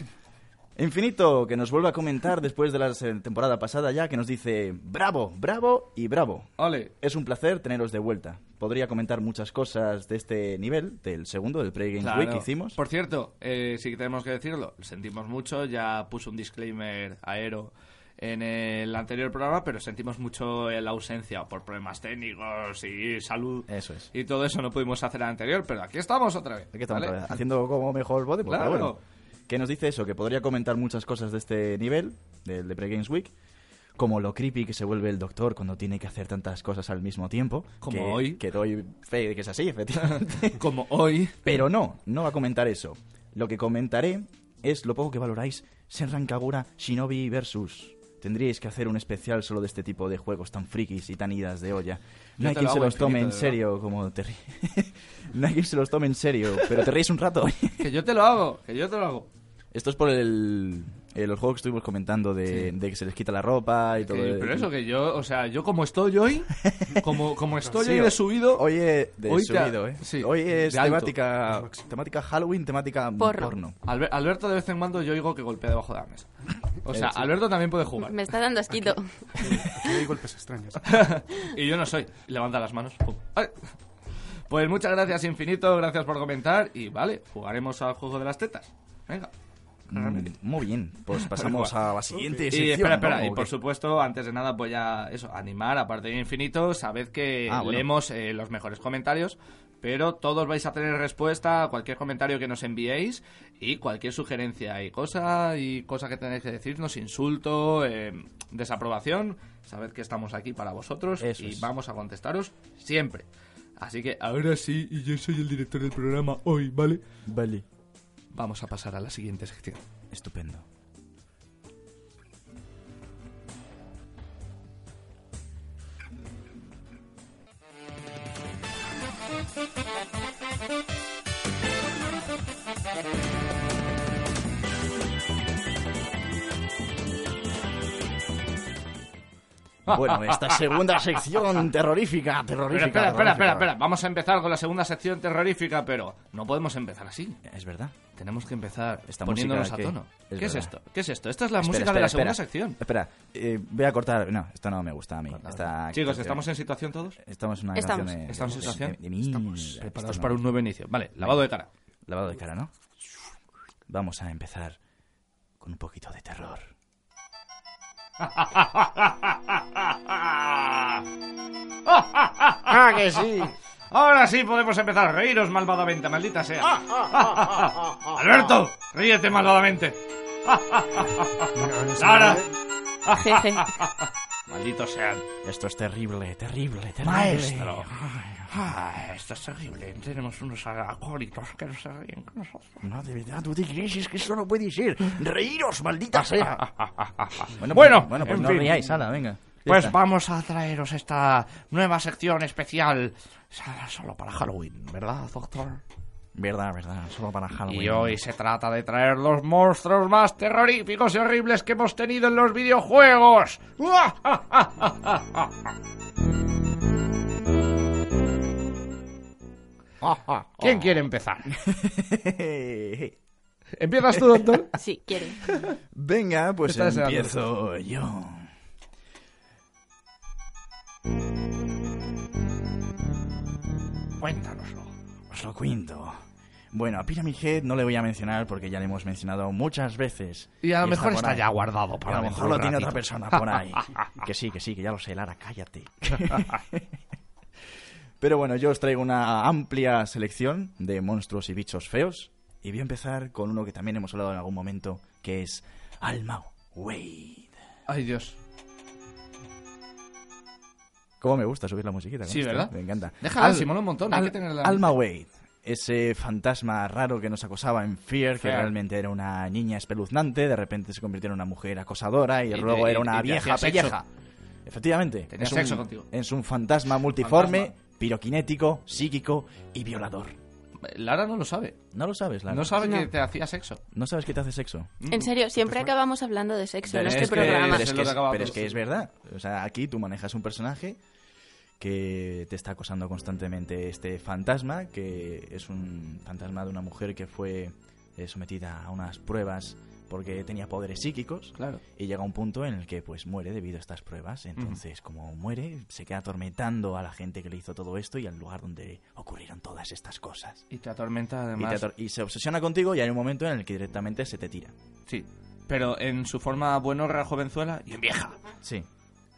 Infinito, que nos vuelve a comentar después de la se- temporada pasada ya, que nos dice bravo, bravo y bravo.
Ole.
Es un placer teneros de vuelta. Podría comentar muchas cosas de este nivel, del segundo, del Pre Games Week que hicimos.
Por
Por...
cierto, eh, sí que tenemos que decirlo, sentimos mucho, ya puso un disclaimer aero en el anterior programa, pero sentimos mucho eh, la ausencia por problemas técnicos y salud
Eso es.
y todo eso no pudimos hacer el anterior, pero aquí estamos otra vez.
Aquí estamos
¿vale?
otra vez, haciendo como mejor bote, pues, pero
Claro.
bueno. Que nos dice eso, que podría comentar muchas cosas de este nivel, del de Pre Games Week. Como lo creepy que se vuelve el doctor cuando tiene que hacer tantas cosas al mismo tiempo.
Como
que-
hoy.
Que doy fe de que es así, efectivamente.
Como hoy.
Pero no, no va a comentar eso. Lo que comentaré es lo poco que valoráis Senran Kagura Shinobi versus. Tendríais que hacer un especial solo de este tipo de juegos tan frikis y tan idas de olla.
Yo
No hay
te
quien
lo
se
hago
los tome en
infinito, de
serio como te ri- No hay quien se los tome en serio, pero te ríes un rato.
Que yo te lo hago, que yo te lo hago.
Esto es por el, el- los juegos que estuvimos comentando de, de que se les quita la ropa y todo.
Que-
el-
pero eso, que yo, o sea, yo como estoy hoy, como, como estoy
Sí,
hoy de subido,
Hoy es de
Hoy te-
subido, ¿eh?
sí,
Hoy es
de alto.
temática, temática Halloween, temática
Porro.
porno.
Albe- Alberto de vez en cuando yo oigo que golpea debajo de la mesa. O
Eh,
sea,
sí.
Alberto también puede jugar.
Me está dando asquito.
Aquí hay golpes extraños.
Y yo no soy. Levanta las manos. Pum. Ay. Pues muchas gracias infinito, gracias por comentar y vale, jugaremos al juego de las tetas. Venga.
Mm, Muy bien, pues pasamos a la siguiente sección.
Y espera,
¿no?
espera, y
¿O
por
qué?
supuesto, antes de nada voy a eso, animar, aparte de infinito, sabed que
Ah, bueno.
leemos eh, los mejores comentarios, pero todos vais a tener respuesta a cualquier comentario que nos enviéis y cualquier sugerencia y cosa y cosa que tenéis que decirnos, insulto, eh, desaprobación, sabed que estamos aquí para vosotros
Eso
y
es.
vamos a contestaros siempre. Así que ahora sí, y yo soy el director del programa hoy, ¿vale?
Vale,
Vamos a pasar a la siguiente sección.
estupendo. Bueno, esta segunda sección terrorífica,
Pero
terrorífica.
espera, espera, espera,
terrorífica.
espera. Vamos a empezar con la segunda sección terrorífica, pero no podemos empezar así.
Es verdad.
Tenemos que empezar
Esta
poniéndonos
música
a
que-
tono.
es
¿Qué es
verdad.
esto? ¿Qué es esto? Esta es la
Espera,
música de la
espera,
segunda
espera.
sección.
Espera, eh, voy a cortar. No, esta no me gusta a mí. Esta-
Chicos, ¿estamos en situación todos?
Estamos en una
Estamos.
canción de-
¿Estamos en
de-
situación?
de- de mierda. Esto
Preparados
no.
para un nuevo inicio. Vale, lavado de cara.
Lavado de cara, ¿no? Vamos a empezar con un poquito de terror.
¡Ah, que sí! Ahora sí podemos empezar a reíros malvadamente, maldita sea. ¡Alberto! ¡Ríete malvadamente! ¡Sara!
Jeje.
¡Maldito sean!
Esto es terrible, terrible, terrible.
Maestro. Ah, esto es terrible. Tenemos unos alcohólicos que no se ríen con nosotros.
No, de verdad, tú te crees, es que eso no puede ser. Reíros,
Ah,
maldita sea. Bueno,
Bueno,
pues, bueno, pues
en
no
fin.
riáis, ala, venga. Ya
Pues
está.
vamos a traeros esta nueva sección especial. Será Solo para Halloween, ¿verdad, doctor?
Verdad, verdad, solo para Halloween.
Y hoy se trata de traer los monstruos más terroríficos y horribles que hemos tenido en los videojuegos. ¿Quién quiere empezar? ¿Empiezas tú, doctor?
Sí, quiere.
Venga, pues
Estás dando-
empiezo yo.
Cuéntanoslo.
Os lo cuento. Bueno, a Pyramid Head no le voy a mencionar porque ya le hemos mencionado muchas veces.
Y a lo mejor
por
está
ahí.
ya guardado
Y
para
a lo mejor
dentro de
lo
un
tiene
ratito.
otra persona por ahí. que sí, que sí, que ya lo sé, Lara, cállate. Pero bueno, yo os traigo una amplia selección de monstruos y bichos feos. Y voy a empezar con uno que también hemos hablado en algún momento, que es Almao Wade.
Ay, Dios.
Cómo me gusta subir la musiquita. con
Sí,
esto, ¿eh?
¿verdad?
Me encanta.
Déjala, si mola un montón, hay que tenerla.
Alma Wade, ese fantasma raro que nos acosaba en Fear, que
Fear.
realmente era una niña espeluznante, de repente se convirtió en una mujer acosadora y,
Y te-
luego
y-
era
y
una
te
vieja
hacía sexo.
pelleja. Efectivamente.
Tenía
es
sexo
un,
contigo.
Es un fantasma multiforme,
Fantasma.
piroquinético, psíquico y violador.
Lara no lo sabe.
No lo sabes, Lara.
No sabe
No.
que te hacía sexo. Mm.
No sabes qué te hace sexo.
En serio, siempre acabamos hablando de sexo en
Es
este
que-
programa.
Pero
es
es
lo
que
que
es,
acabamos,
pero es que
sí.
es verdad. O sea, aquí tú manejas un personaje que te está acosando constantemente este fantasma, que es un fantasma de una mujer que fue eh, sometida a unas pruebas porque tenía poderes psíquicos.
Claro.
Y llega un punto en el que pues muere debido a estas pruebas. Entonces, como muere, se queda atormentando a la gente que le hizo todo esto y al lugar donde ocurrieron todas estas cosas.
Y te atormenta
Y, te
además.
ator- y se obsesiona contigo y hay un momento en el que directamente se te tira.
Sí. Pero en su forma buenorra, jovenzuela y en vieja.
Sí.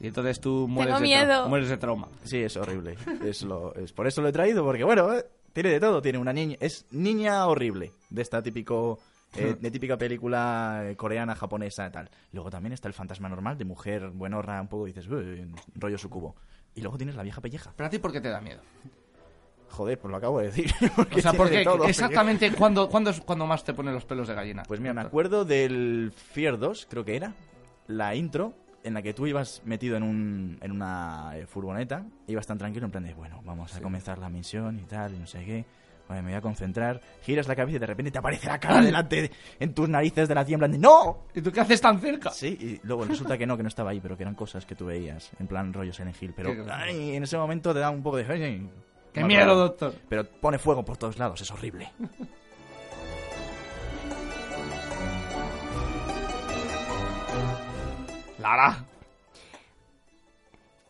Y entonces tú mueres, de,
miedo.
mueres de trauma.
Sí, es horrible. Es lo, es, por eso lo he traído, porque bueno, eh, tiene de todo. Tiene una niña. Es niña horrible. De esta típico. eh, de típica película eh, coreana, japonesa, tal. Luego también está el fantasma normal de mujer buenorra, un poco dices, "Uy", rollo sucubo. Y luego tienes la vieja pelleja.
¿Pero a ti por qué te da miedo?
Joder, pues lo acabo de decir.
O sea,
tiene
¿por
de
qué?
todo.
Exactamente, ¿cuándo, cuándo es cuando más te ponen los pelos de gallina?
Pues mira, me acuerdo del Fear 2, creo que era, la intro en la que tú ibas metido en, un, en una eh, furgoneta, ibas tan tranquilo en plan de, bueno, vamos a comenzar la misión y tal, y no sé qué, Vale, me voy a concentrar, giras la cabeza y de repente te aparece la cara delante, de- en tus narices de la tía, en plan de, ¡no!
¿Y tú qué haces tan cerca?
Sí, y luego resulta que no, que no estaba ahí, pero que eran cosas que tú veías, en plan rollo Silent Hill, pero
Qué
ay, en ese momento te da un poco de... ay,
¡Qué
mal
miedo,
rollo.
doctor!
Pero pone fuego por todos lados, es horrible.
¡Lara!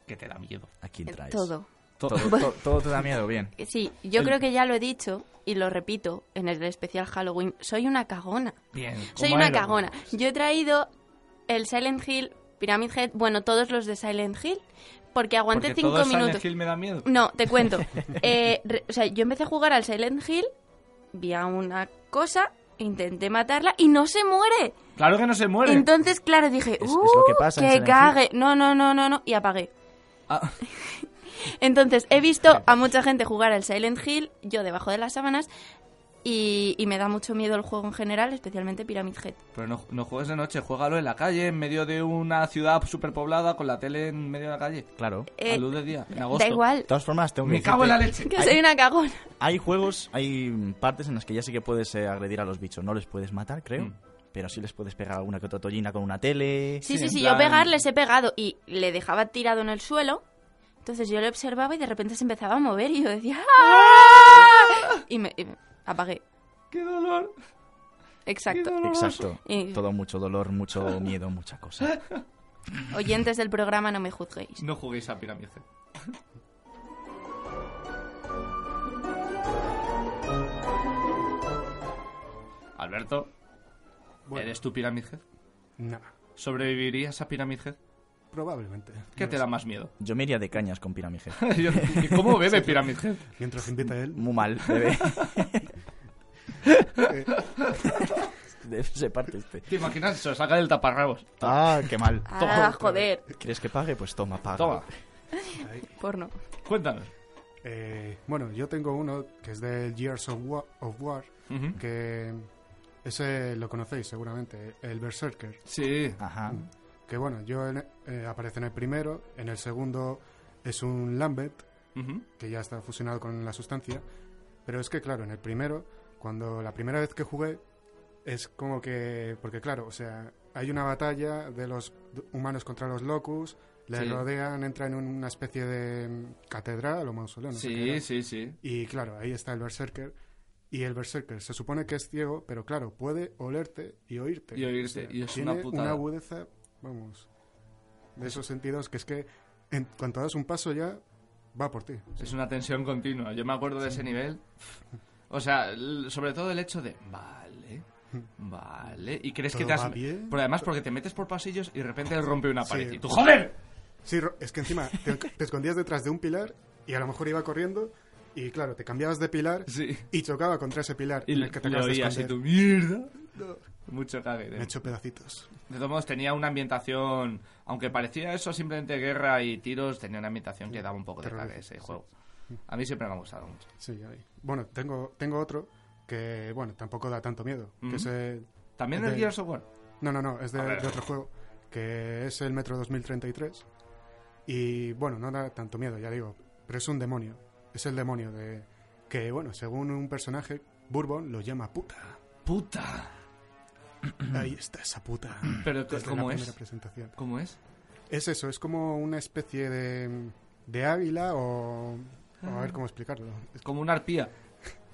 Que te da miedo.
¿A quién traes?
Eh, Todo.
Todo, todo, todo te da miedo, bien.
Sí, yo creo que ya lo he dicho y lo repito en el especial Halloween. Soy una cagona.
Bien.
Soy
como
una
Iron Man.
cagona. Yo he traído el Silent Hill, Pyramid Head, bueno, todos los de Silent Hill, porque aguanté
Porque
cinco
todo Silent
minutos.
Hill me da miedo.
No, te cuento. Eh, re- o sea, yo empecé a jugar al Silent Hill, vi a una cosa, intenté matarla y no se muere.
Claro que no se muere.
Entonces, claro, dije,
Es- es
"Uh,
lo que pasa en
que
Silent Hill".
cague. No, no, no, no, no, y apagué.
Ah.
Entonces, he visto a mucha gente jugar al Silent Hill, yo debajo de las sábanas, y, y me da mucho miedo el juego en general, especialmente Pyramid Head.
Pero no, no juegues de noche, juégalo en la calle, en medio de una ciudad superpoblada, con la tele en medio de la calle.
Claro.
Eh,
a luz de día, en agosto.
da igual,
De todas formas, tengo que
Me cago en la
decirte,
leche.
que soy una cagona.
Hay juegos, hay mm, partes en las que ya sí que puedes eh, agredir a los bichos. No les puedes matar, creo.
Mm.
Pero sí les puedes pegar alguna que otra tollina con una tele.
Sí,
Sí, sí,
en
sí,
plan-
yo pegar les he pegado y le dejaba tirado en el suelo. Entonces yo le observaba y de repente se empezaba a mover y yo decía "¡Ah!". Y me, y me apagué.
¡Qué dolor!
Exacto.
Exacto.
Y-
Todo mucho dolor, mucho miedo, mucha cosa.
Oyentes del programa, no me juzguéis.
No juguéis a Pyramid Head. Alberto,
Bueno,
¿eres tú Pyramid Head?
nada,
¿Sobrevivirías a Pyramid Head?
probablemente.
¿Qué
No
te
lo
da más miedo?
Yo me iría de cañas con Pyramid Head.
Yo- ¿Y cómo bebe Pyramid Head?
sé. Mientras invita a él.
Muy mal, bebé. De eso se parte este.
¿Te imaginas? Se lo saca del taparrabos.
Ah, qué mal.
Ah, joder,
¿Quieres que pague? Pues toma, paga.
Toma,
porno.
cuéntanos.
Eh, bueno, yo tengo uno que es del Gears of Wa- of War,
Ujú.
que ese lo conocéis seguramente, el Berserker.
Sí.
Ajá.
Que bueno, yo en- eh, aparece en el primero, en el segundo es un Lambert,
Ujú.
que ya está fusionado con la sustancia. Pero es que, claro, en el primero, cuando la primera vez que jugué, es como que. Porque, claro, o sea, hay una batalla de los d- humanos contra los locus, les
Sí.
rodean, entran en una especie de mm, catedral o mausoleo, no sé qué era.
Sí, sí, sí.
Y claro, ahí está el Berserker. Y el Berserker se supone que es ciego, pero claro, puede olerte y oírte.
Y oírte, y es una
tiene
putada.
agudeza, vamos, de esos sentidos que es que en cuanto das un paso ya, va por ti.
Es una tensión continua. Yo me acuerdo de ese nivel. O sea, l- sobre todo el hecho de, vale, vale. Y crees que
¿Todo
te has...
va bien?
Pero además porque te metes por pasillos y de repente rompe una pared.
Sí.
Y tú, ¡joder!
Sí, Ro- es que encima te, te escondías detrás de un pilar y a lo mejor iba corriendo y claro, te cambiabas de pilar
Sí.
y chocaba contra ese pilar
Y
en el que te
lo
acabas de
oías y
esconder.
tú, ¡mierda! Mucho cague.
Me he
De,
hecho pedacitos.
de todos modos, tenía una ambientación... Aunque parecía eso simplemente guerra y tiros, tenía una ambientación que daba un poco de
terrorífico,
cague ese juego.
Mm.
A mí siempre me ha gustado mucho.
Sí, ahí. Bueno, tengo, tengo otro que, bueno, tampoco da tanto miedo,
Ujú.
que es el-
También
Es
el
de-
Gears of War.
No, no, no, es de,
A ver.
de otro juego, que es el Metro 2033. Y bueno, no da tanto miedo, ya digo, pero es un demonio. Es el demonio de... Que bueno, según un personaje, Bourbon lo llama puta.
¡Puta!
Ahí está esa puta.
Pero,
Desde
¿cómo
la
es?
primera presentación.
¿Cómo es?
Es eso, es como una especie de, de águila o... o A ver cómo explicarlo.
Como una arpía.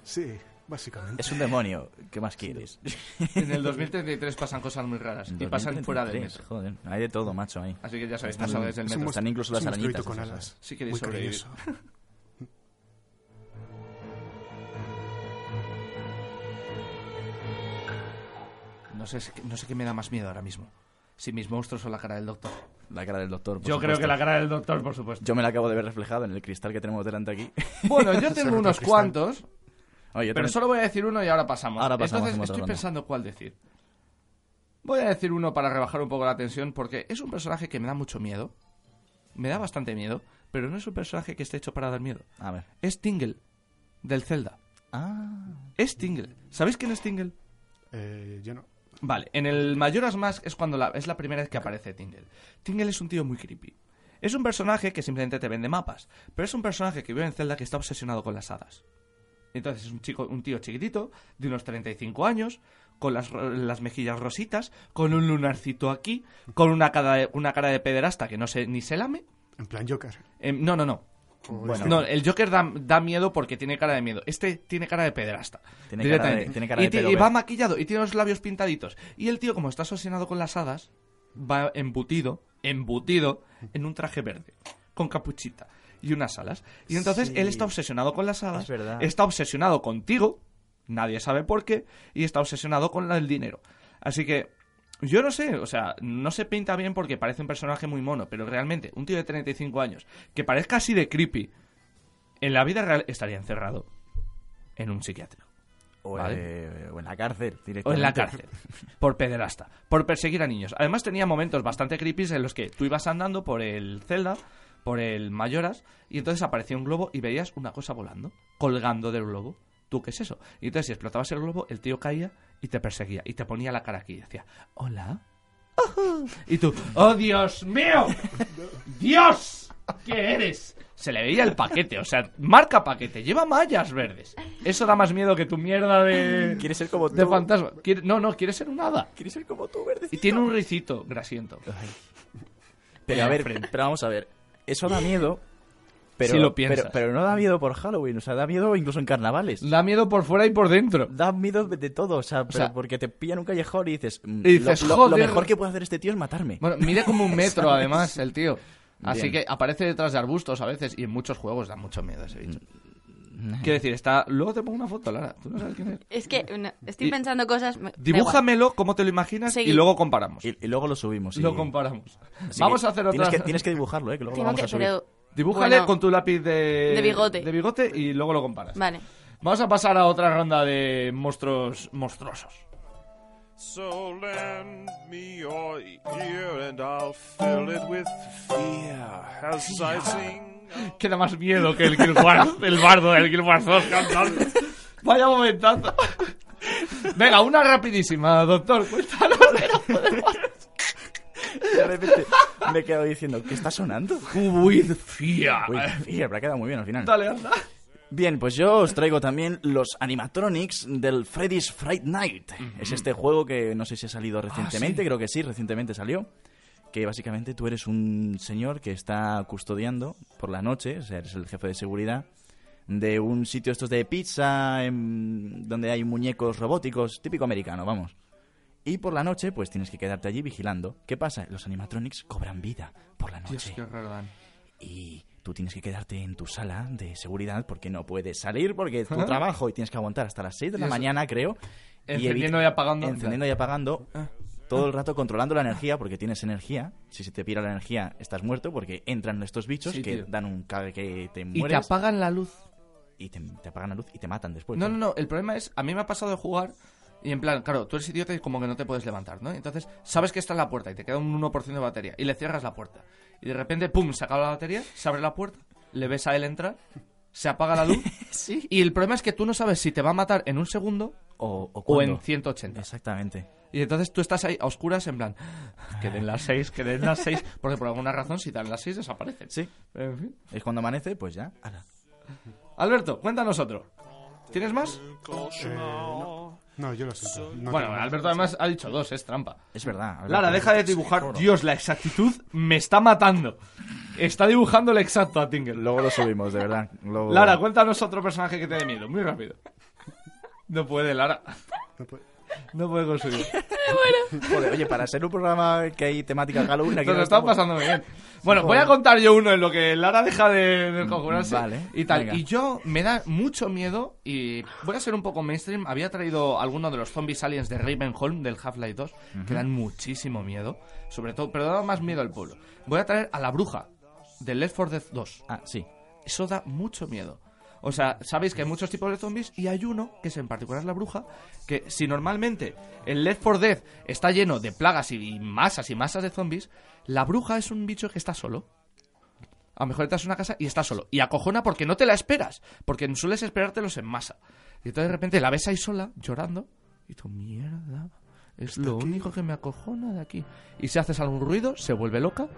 Sí, básicamente.
Es un demonio. ¿Qué más quieres?
En el 2033 pasan cosas muy raras y pasan fuera del
2033,
metro.
Joder, hay de todo, macho, ahí.
Así que ya sabéis,
Están-
pasado desde el
es un
metro.
mos-
Están incluso las
es un monstruito
arañitas
con
esas.
alas.
Si queréis
Muy
sobrevivir.
cariñoso.
No sé, no sé qué me da más miedo ahora mismo. Si mis monstruos o la cara del doctor.
La cara del doctor. por
Yo creo
supuesto.
que la cara del doctor, por supuesto.
Yo me la acabo de ver reflejado en el cristal que tenemos delante aquí.
Bueno, yo tengo
rompe
unos
el cristal.
cuantos,
Oye, yo
pero
también-
solo voy a decir uno y ahora pasamos.
Ahora pasamos,
Entonces
hacemos
estoy
otra ronda.
pensando cuál decir. Voy a decir uno para rebajar un poco la tensión porque es un personaje que me da mucho miedo. Me da bastante miedo, pero no es un personaje que esté hecho para dar miedo.
A ver.
Es Tingle, del Zelda.
Ah,
Es Tingle. ¿Sabéis quién es Tingle?
Eh, yo no.
Vale, en el Majora's Mask es cuando la, es la primera vez que aparece Tingle. Tingle es un tío muy creepy. Es un personaje que simplemente te vende mapas, pero es un personaje que vive en Zelda que está obsesionado con las hadas. Entonces es un chico, un tío chiquitito, de unos 35 años, con las, ro- las mejillas rositas, con un lunarcito aquí, con una cara de, una cara de pederasta que no se, ni se lame.
En plan Joker.
Em, no, no, no.
O
Bueno.
este.
No, el Joker da, da miedo porque tiene cara de miedo. Este tiene cara de pederasta.
Tiene
directamente.
cara de- tiene cara de
y, ti-
pedo,
y
¿ves?
va maquillado y tiene los labios pintaditos. Y el tío, como está asociado con las hadas, va embutido, embutido, en un traje verde, con capuchita y unas alas. Y entonces
Sí.
él está obsesionado con las hadas,
Es verdad.
está obsesionado contigo, nadie sabe por qué, y está obsesionado con la- el dinero. Así que yo no sé, o sea, no se pinta bien porque parece un personaje muy mono, pero realmente un tío de 35 años que parezca así de creepy, en la vida real estaría encerrado en un psiquiátrico.
o,
Vale.
eh, o en la cárcel,
O en la
directamente.
cárcel. Por pederasta. Por perseguir a niños. Además tenía momentos bastante creepy en los que tú ibas andando por el Zelda, por el Mayoras, y entonces aparecía un globo y veías una cosa volando, colgando del globo. ¿Tú qué es eso? Y entonces si explotabas el globo, el tío caía y te perseguía. Y te ponía la cara aquí y decía, hola. Y tú, ¡oh Dios mío! ¡Dios! ¿Qué eres? Se le veía el paquete, o sea, marca paquete, lleva mallas verdes. Eso da más miedo que tu mierda de.
¿Quieres ser como
Eh, De
tú?
fantasma. Quiere- no, no, quiere ser un hada.
¿Quieres ser como tú,
Y
verdecito?
tiene un ricito grasiento.
Pero a ver,
Frente.
pero vamos a ver. Eso da miedo. Pero,
Si lo piensas. Mm.
Pero, pero no da miedo por Halloween, o sea, da miedo incluso en carnavales.
Da miedo por fuera y por dentro.
Da miedo de todo, o sea, pero
sea-
porque te pillan un callejón y dices, mm,
Y dices,
lo, lo- lo
"Joder".
mejor que puede hacer este tío es matarme.
Bueno, mide como un metro además el tío. Así
Bien.
que aparece detrás de arbustos a veces y en muchos juegos da mucho miedo ese bicho.
Mm.
Quiero decir, está... Luego te pongo una foto, Lara. Tú no sabes quién es.
Es que no, estoy
Y-
pensando cosas. me- da
Dibújamelo como te lo imaginas y
Seguid.
luego comparamos.
Y, y luego lo subimos. y-
Lo comparamos.
Así
Vamos
que
a hacer otra...
Tienes que, tienes que dibujarlo, eh, que luego lo
igual. Tengo
vamos
que-
a subir.
pero-
Dibújale
bueno,
con tu lápiz de...
De bigote.
De bigote y luego lo comparas.
Vale.
Vamos a pasar a otra ronda de monstruos monstruosos.
So lend me your ear and I'll fill it with fear as I sing.
que da más miedo que el Guild Wars, el bardo del Guild Wars 2 cantando. Vaya momentazo. Venga, una rapidísima, doctor, cuéntanos.
De repente me he quedado diciendo, ¿qué está sonando?
With fear.
Uy, fíjate, pero ha quedado muy bien al final.
Dale, anda.
Bien, pues yo os traigo también los animatronics del Freddy's Fright Night. Es este juego que no sé si ha salido recientemente, creo que sí, recientemente salió. Que básicamente tú eres un señor que está custodiando por la noche, o sea, eres el jefe de seguridad de un sitio estos de pizza, em, donde hay muñecos robóticos, típico americano, vamos. Y por la noche, pues tienes que quedarte allí vigilando. ¿Qué pasa? Los animatronics cobran vida por la noche y tú tienes que quedarte en tu sala de seguridad porque no puedes salir porque es tu trabajo y tienes que aguantar hasta las 6 de la
eso-
mañana, creo.
Encendiendo
evit-
y apagando. Ah.
Encendiendo y apagando. Todo el rato controlando la energía porque tienes energía. Si se te pira la energía, estás muerto porque entran estos bichos
Sí,
que
tío.
dan un cague que te
Y te
mueres
apagan la luz.
y te, te apagan la luz y te matan después.
No, no, no. El problema es, a mí me ha pasado de jugar y en plan, claro, tú eres idiota y como que no te puedes levantar, ¿no? Entonces, sabes que está en la puerta y te queda un 1% de batería y le cierras la puerta. Y de repente, pum, se acaba la batería, se abre la puerta, le ves a él entrar, se apaga la luz. Y el problema es que tú no sabes si te va a matar en un segundo
O, o,
o
cuándo.
en 180.
Exactamente.
Y entonces tú estás ahí a oscuras en plan, "Ah, que den las 6, que den las 6, porque por alguna razón si dan las 6 desaparecen.
Sí.
En fin.
Es cuando amanece, pues ya. ala.
Alberto, cuéntanos otro. ¿Tienes más?
Eh, no. No, yo lo siento. No
bueno,
tengo más.
Alberto además ha dicho dos, es trampa.
Es verdad. Alberto.
Lara, deja de dibujar. Dios, la exactitud me está matando. Está dibujando el exacto a Tingle.
Luego lo subimos, de verdad. Luego-
Lara, cuéntanos otro personaje que te dé miedo, muy rápido. No puede, Lara.
No puede-
No puede conseguir.
Joder, oye, para ser un programa que hay temática Halloween aquí
Nos lo
no
están
estamos.
pasando muy bien. Bueno, voy
Joder.
a contar yo uno en lo que Lara deja de, de conjurarse
Vale,
y tal.
venga.
Y yo me da mucho miedo y voy a ser un poco mainstream. Había traído alguno de los zombies aliens de Ravenholm del Half-Life 2 que dan muchísimo miedo, sobre todo, pero da más miedo al pueblo. Voy a traer a la bruja del Left 4 Dead 2.
Ah, sí.
Eso da mucho miedo. O sea, sabéis que hay muchos tipos de zombies y hay uno, que es en particular la bruja, que si normalmente el Left 4 Dead está lleno de plagas y y masas y masas de zombies, la bruja es un bicho que está solo. A lo mejor entras a una casa y está solo. Y acojona porque no te la esperas, porque sueles esperártelos en masa. Y entonces de repente la ves ahí sola, llorando, y tú, mierda, es lo único que me acojona de aquí. Y si haces algún ruido, se vuelve loca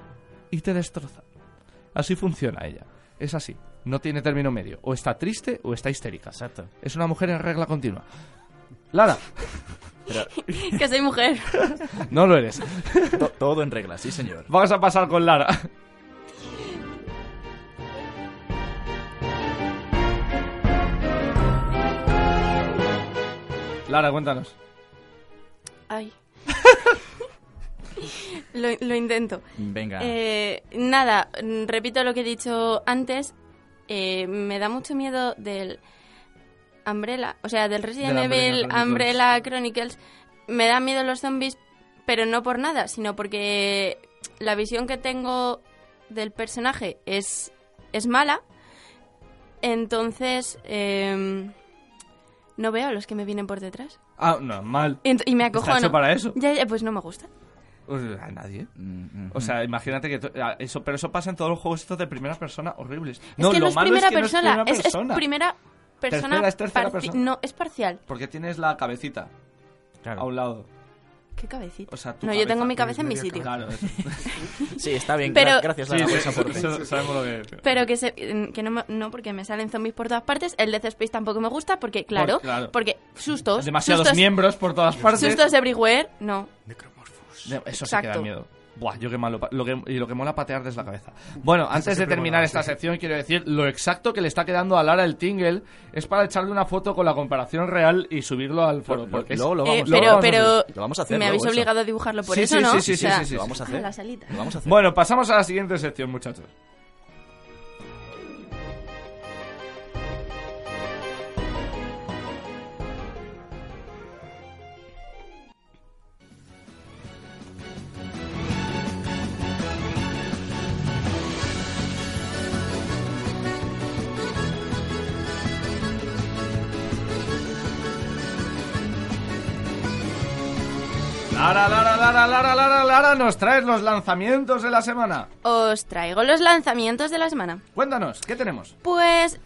y te destroza. Así funciona ella. Es así. No tiene término medio. O está triste o está histérica.
Exacto.
Es una mujer en regla continua. Lara,
que soy mujer.
no lo eres.
To- todo en regla, sí, señor.
Vamos a pasar con Lara. Lara, cuéntanos.
Ay. lo, lo intento.
Venga.
Eh, nada, mm, repito lo que he dicho antes. Eh, me da mucho miedo del Umbrella, o sea, del Resident
Del Umbrella
Evil
Chronicles.
Umbrella Chronicles. Me dan miedo los zombies, pero no por nada, sino porque la visión que tengo del personaje es, es mala. Entonces, em, no veo a los que me vienen por detrás.
Ah, no, mal.
Ent- Y me
Está hecho
acojono.
para eso.
Ya, ya, pues no me gusta.
Pues, A nadie.
Mm, mm.
O sea, imagínate que to- a- eso, pero eso pasa en todos los juegos estos de primera persona horribles.
es que no
lo
es
malo
primera
que no
persona,
es primera persona.
primera persona.
Tercera, es tercera
parci-
persona.
No, es parcial.
Porque tienes la cabecita a
claro.
un lado.
¿Qué cabecita?
O sea, tu
no, yo
cabeza,
tengo mi
tu
cabeza en mi
media
sitio.
cabeza. Claro, eso.
Sí, está bien.
Pero-
gra- Gracias, Lara, por ese aporte.
eso- sabemos lo que es.
Pero que, se, que no, me- no, porque me salen zombies por todas partes. El Death Space tampoco me gusta porque, claro,
Pues claro.
porque sustos.
Demasiados
sustos,
miembros ¿eh? por todas partes.
Sustos everywhere. No.
De- Eso sí que da
Exacto.
miedo. Buah, yo qué malo. pa- Lo que, y lo que mola patear desde la cabeza. Bueno, antes de terminar esta sección, quiero decir lo exacto que le está quedando a Lara el Tingle es para echarle una foto con la comparación real y subirlo al foro. Porque es-
luego lo
Eh,
vamos,
pero,
luego vamos a
pero
hacer. Lo vamos a hacer.
me
luego,
habéis
eso.
obligado a dibujarlo por
Sí,
eso,
sí,
¿no?
sí, sí,
O sea,
sí, sí, sí.
Lo vamos a hacer.
la salita.
Lo vamos a hacer.
Bueno, pasamos a la siguiente sección, muchachos. Lara, Lara, Lara, Lara, Lara, Lara, nos traes los lanzamientos de la semana.
Os traigo los lanzamientos de la semana.
Cuéntanos, ¿qué tenemos?
Pues,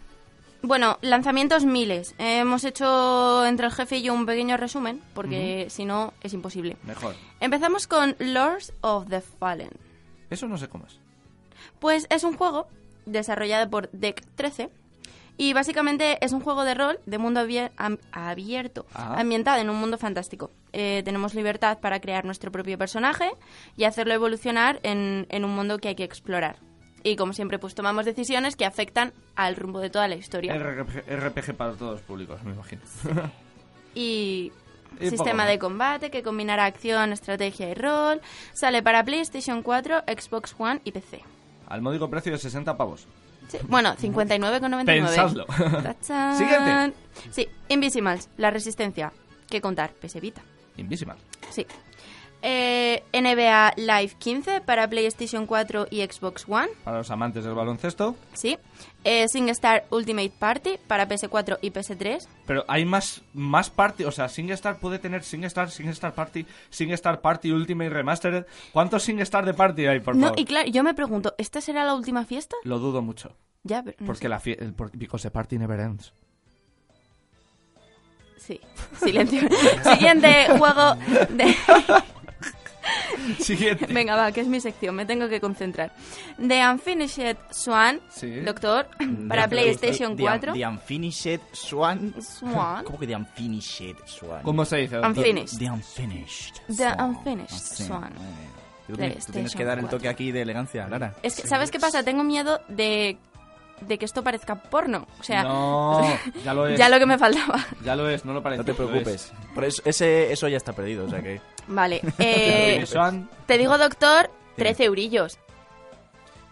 bueno, lanzamientos miles. hemos hecho entre el jefe y yo un pequeño resumen, porque si no es imposible.
Mejor.
Empezamos con Lords of the Fallen.
Eso no sé cómo es.
Pues es un juego desarrollado por Deck 13 y básicamente es un juego de rol de mundo abie- am- abierto,
Ah.
ambientado en un mundo fantástico. Eh, tenemos libertad para crear nuestro propio personaje y hacerlo evolucionar en, en un mundo que hay que explorar. Y como siempre, pues tomamos decisiones que afectan al rumbo de toda la historia.
RPG, RPG para todos los públicos, me imagino. Y
y
poco
sistema
más.
de combate que combinará acción, estrategia y rol. Sale para PlayStation 4, Xbox One y PC.
Al módico precio de 60 pavos.
Sí, Bueno, 59,99.
Pensadlo.
Tachán.
Siguiente.
Sí, Invisimals, la resistencia. ¿Qué contar? Pesevita.
Invisible.
Sí. Eh, NBA Live 15 para PlayStation 4 y Xbox One.
Para los amantes del baloncesto.
Sí. Eh, SingStar Ultimate Party para PS4 y PS3.
Pero hay más, más party. O sea, SingStar puede tener SingStar, SingStar Party, SingStar Party Ultimate Remastered. ¿Cuántos SingStar de party hay, por
No,
favor?
y claro, yo me pregunto, ¿esta será la última fiesta?
Lo dudo mucho.
Ya, pero no
Porque la fie- el- por- because the party never ends.
sé. Sí, silencio. Siguiente juego de...
Siguiente.
Venga, va, que es mi sección, me tengo que concentrar. The Unfinished Swan,
Sí.
doctor, para
The-
PlayStation
The-
4.
The Unfinished Swan.
Swan.
¿Cómo que The Unfinished Swan?
¿Cómo se dice? doctor?
Unfinished.
The Unfinished
The
Swan. Ah,
Unfinished Swan.
Muy bien. Tú, tienes- tú tienes que
PlayStation
dar el
4.
toque aquí de elegancia, Lara.
Es que, ¿sabes qué pasa? Tengo miedo de de que esto parezca porno. O sea,
no, ya lo es.
ya lo que me faltaba.
ya lo es, no lo parece.
No te
lo es.
preocupes. Por eso, ese, eso ya está perdido, o sea que...
Vale. eh,
Eso han-
te digo, doctor, 13 eurillos. Eh,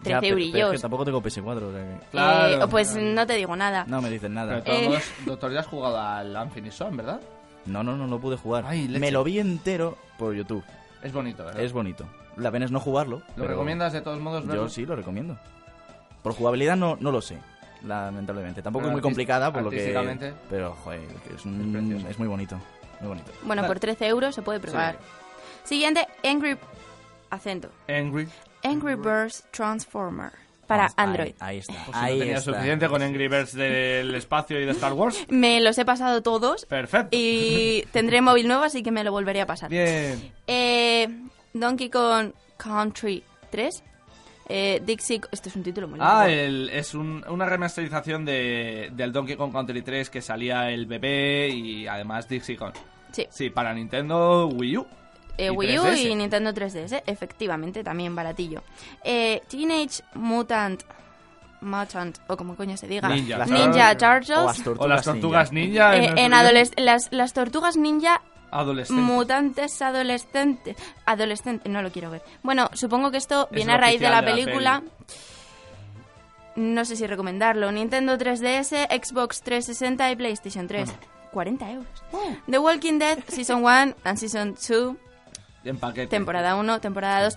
13
Ya, pero- pero es que
eurillos.
tampoco tengo PS4, o sea que...
Claro.
Eh, pues no te digo nada.
No me dicen
Pero de
nada.
todos
Eh.
modos, doctor, ya has jugado al Anthony Son, ¿verdad?
No, no, no, no pude jugar.
Ay, leche.
me lo vi entero por YouTube.
Es bonito, ¿verdad?
Es bonito. La pena es no jugarlo.
¿Lo
pero
recomiendas de todos modos? verlo?
Yo sí lo recomiendo. Por jugabilidad no, no lo sé, lamentablemente. Tampoco
Pero
es muy
artis-
complicada, por lo que...
artísticamente.
Pero, joder, es, un-
Es precioso.
es muy bonito. Muy bonito.
Bueno,
Vale.
por 13 euros se puede probar. Siguiente, Angry... Acento.
Angry. Pues
Angry Birds Transformer. Para
Ahí-
Ah,
Android.
Ahí, está.
Pues si
ahí
no tenía
está.
suficiente con Angry Birds del espacio y de Star Wars.
Me los he pasado todos
Perfecto.
y tendré móvil nuevo, así que me lo volveré a pasar.
Bien.
Eh, Donkey Kong Country 3. Eh, Dixie... Esto es un título muy largo.
Ah, el- es un- una remasterización de, del Donkey Kong Country 3 que salía el bebé y además Dixie Kong.
Sí.
Sí, para Nintendo Wii U.
Eh,
Y
Wii U
3DS.
y Nintendo 3DS, efectivamente, también baratillo. Eh, Teenage Mutant Mutant, o como coño se diga,
Ninja
O
Turtles.
las tortugas,
o las tortugas ninja.
Eh,
no sé
en
qué.
adoles- las, las tortugas ninja
Adolescentes.
mutantes adolescentes. Adolescentes, no lo quiero ver. Bueno, supongo que esto viene
el
a raíz de la
oficial de la
película. no sé si recomendarlo. Nintendo 3DS, Xbox 360 y PlayStation 3. 40 euros.
Oh.
The Walking Dead Season 1 and Season 2
En paquete.
temporada 1, temporada 2.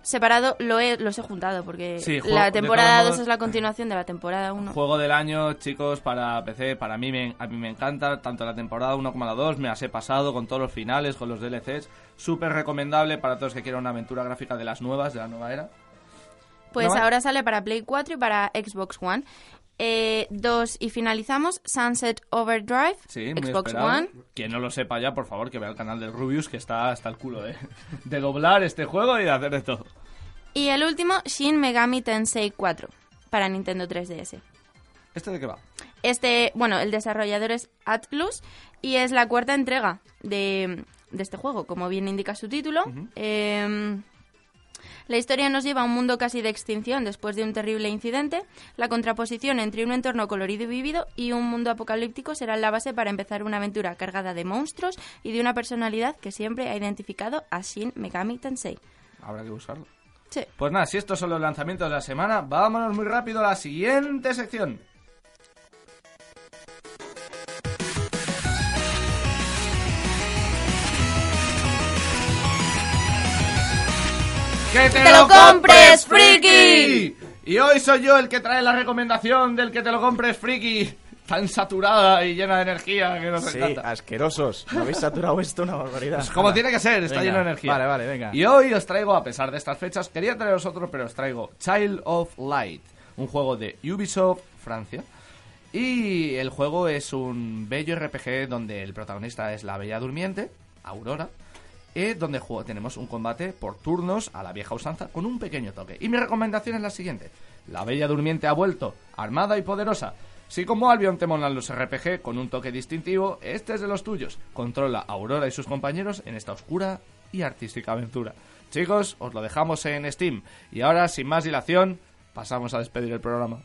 Separado lo he, los he juntado porque
Sí, juego- de
la temporada
todos
2 es la continuación de la temporada 1.
Juego del año, chicos, para PC, para mí me, a mí me encanta, tanto la temporada 1 como la 2, me las he pasado con todos los finales, con los DLCs, súper recomendable para todos que quieran una aventura gráfica de las nuevas, de la nueva era.
Pues
no vale.
ahora sale para Play 4 y para Xbox One. Eh, dos y finalizamos Sunset Overdrive,
Sí, muy
Xbox
esperado.
One.
Quien no lo sepa ya, por favor, que vea el canal del Rubius, que está hasta el culo de, de doblar este juego y de hacer de todo.
Y el último, Shin Megami Tensei 4 para Nintendo 3DS.
¿Este de qué va?
Este, bueno, el desarrollador es Atlus y es la cuarta entrega de, de este juego, como bien indica su título. Em, la historia nos lleva a un mundo casi de extinción después de un terrible incidente. La contraposición entre un entorno colorido y vivido y un mundo apocalíptico será la base para empezar una aventura cargada de monstruos y de una personalidad que siempre ha identificado a Shin Megami Tensei.
Habrá que buscarlo.
Sí.
Pues nada, si estos son los lanzamientos de la semana, vámonos muy rápido a la siguiente sección. ¡Que te,
lo compres, friki!
Y hoy soy yo el que trae la recomendación del que te lo compres, friki. Tan saturada y llena de energía que nos
Sí,
encanta.
asquerosos. Me habéis saturado esto una barbaridad.
Como tiene que ser, está
Venga,
lleno de energía.
vale, vale, venga.
Y hoy os traigo, a pesar de estas fechas, quería traeros otro, pero os traigo Child of Light, un juego de Ubisoft Francia. Y el juego es un bello RPG donde el protagonista es la Bella Durmiente, Aurora, eh, donde juego- tenemos un combate por turnos a la vieja usanza con un pequeño toque. Y mi recomendación es la siguiente. La Bella Durmiente ha vuelto, armada y poderosa. Si como Albion te molan los RPG con un toque distintivo, este es de los tuyos. Controla a Aurora y sus compañeros en esta oscura y artística aventura. Chicos, os lo dejamos en Steam. Y ahora, sin más dilación, pasamos a despedir el programa.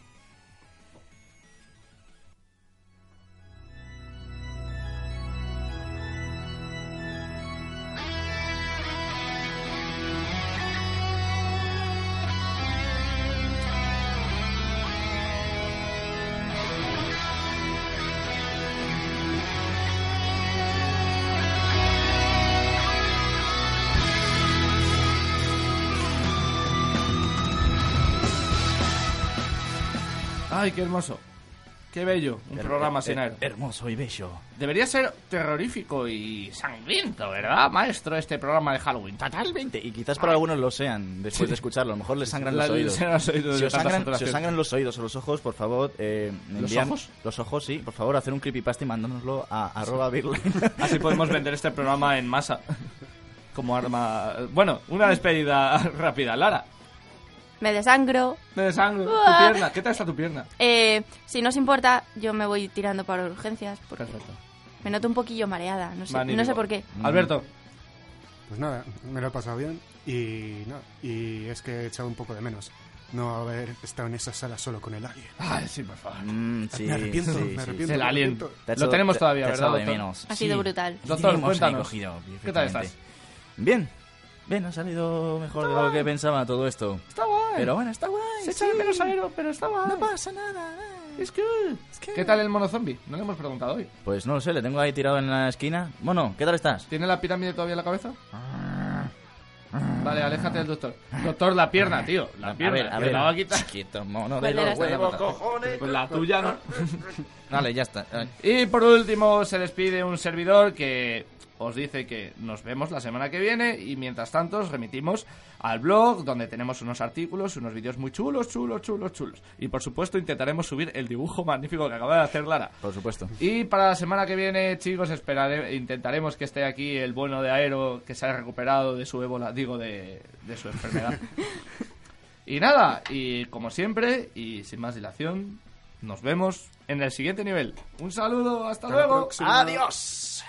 ¡Ay, qué hermoso! ¡Qué bello! Un programa sin aire.
Hermoso y bello.
Debería ser terrorífico y sangriento, ¿verdad, maestro? Este programa de Halloween. Totalmente.
Y quizás para algunos lo sean después de escucharlo. A lo mejor les sangran
La-
los oídos.
sangran los oídos
si,
de
os
tantas
sangran, si os
saturaciones.
sangran los oídos o los ojos, por favor, eh, me
¿Los
envían-
ojos?
Los ojos, sí. Por favor, hacer un creepypasta y mandárnoslo a arroba birlane.
Así podemos vender este programa en masa. Como arma. Bueno, una despedida rápida. Lara,
Me desangro.
me desangro. Tu
Uah.
pierna. ¿Qué tal está tu pierna?
Eh, si no os importa, yo me voy tirando para urgencias porque
Perfecto.
me noto un poquillo mareada. No sé, no
Magnífico.
sé por qué.
Alberto,
Pues nada, me lo he pasado bien y, no, y es que he echado un poco de menos. no haber estado en esa sala solo con el alien.
Ay, sí, por favor.
Mm, sí,
me arrepiento,
sí,
me
sí,
arrepiento.
sí.
El alien.
Te ha
Lo
hecho-
tenemos
te-
todavía,
te ha
¿verdad,
echado de
doctor?
menos.
Ha sido brutal.
Doctor,
Tenemos ahí
cuéntanos.
cogido,
¿Qué tal estás?
efectivamente. Bien, bien, ha salido mejor de lo que pensaba todo esto.
Está guay.
Pero bueno, está guay.
Se echa de
sí.
menos aero, pero está guay.
No pasa nada. ay.
Es que... ¿Qué tal el mono zombie? No le hemos preguntado hoy.
Pues no lo sé, le tengo ahí tirado en la esquina. Mono, ¿qué tal estás?
¿Tiene la pirámide todavía en la cabeza?
Ah.
Vale, aléjate del doctor. Doctor, la pierna, tío. La
a
pierna.
ver, a
que
ver.
La va a quitar.
Chiquito, mono de
¿Cuál era
los
esta?
huevos.
Pues la tuya, ¿no?
Vale, ya está. Ay.
Y por último, se despide un servidor que os dice que nos vemos la semana que viene y mientras tanto os remitimos al blog donde tenemos unos artículos, unos vídeos muy chulos, chulos, chulos, chulos. Y por supuesto intentaremos subir el dibujo magnífico que acaba de hacer Lara.
Por supuesto.
Y para la semana que viene, chicos, esperare- intentaremos que esté aquí el bueno de Aero que se ha recuperado de su ébola, digo, de, de su enfermedad. y nada, y como siempre, y sin más dilación, nos vemos en el siguiente nivel. Un saludo, hasta
Hasta la
luego.
próxima.
Adiós.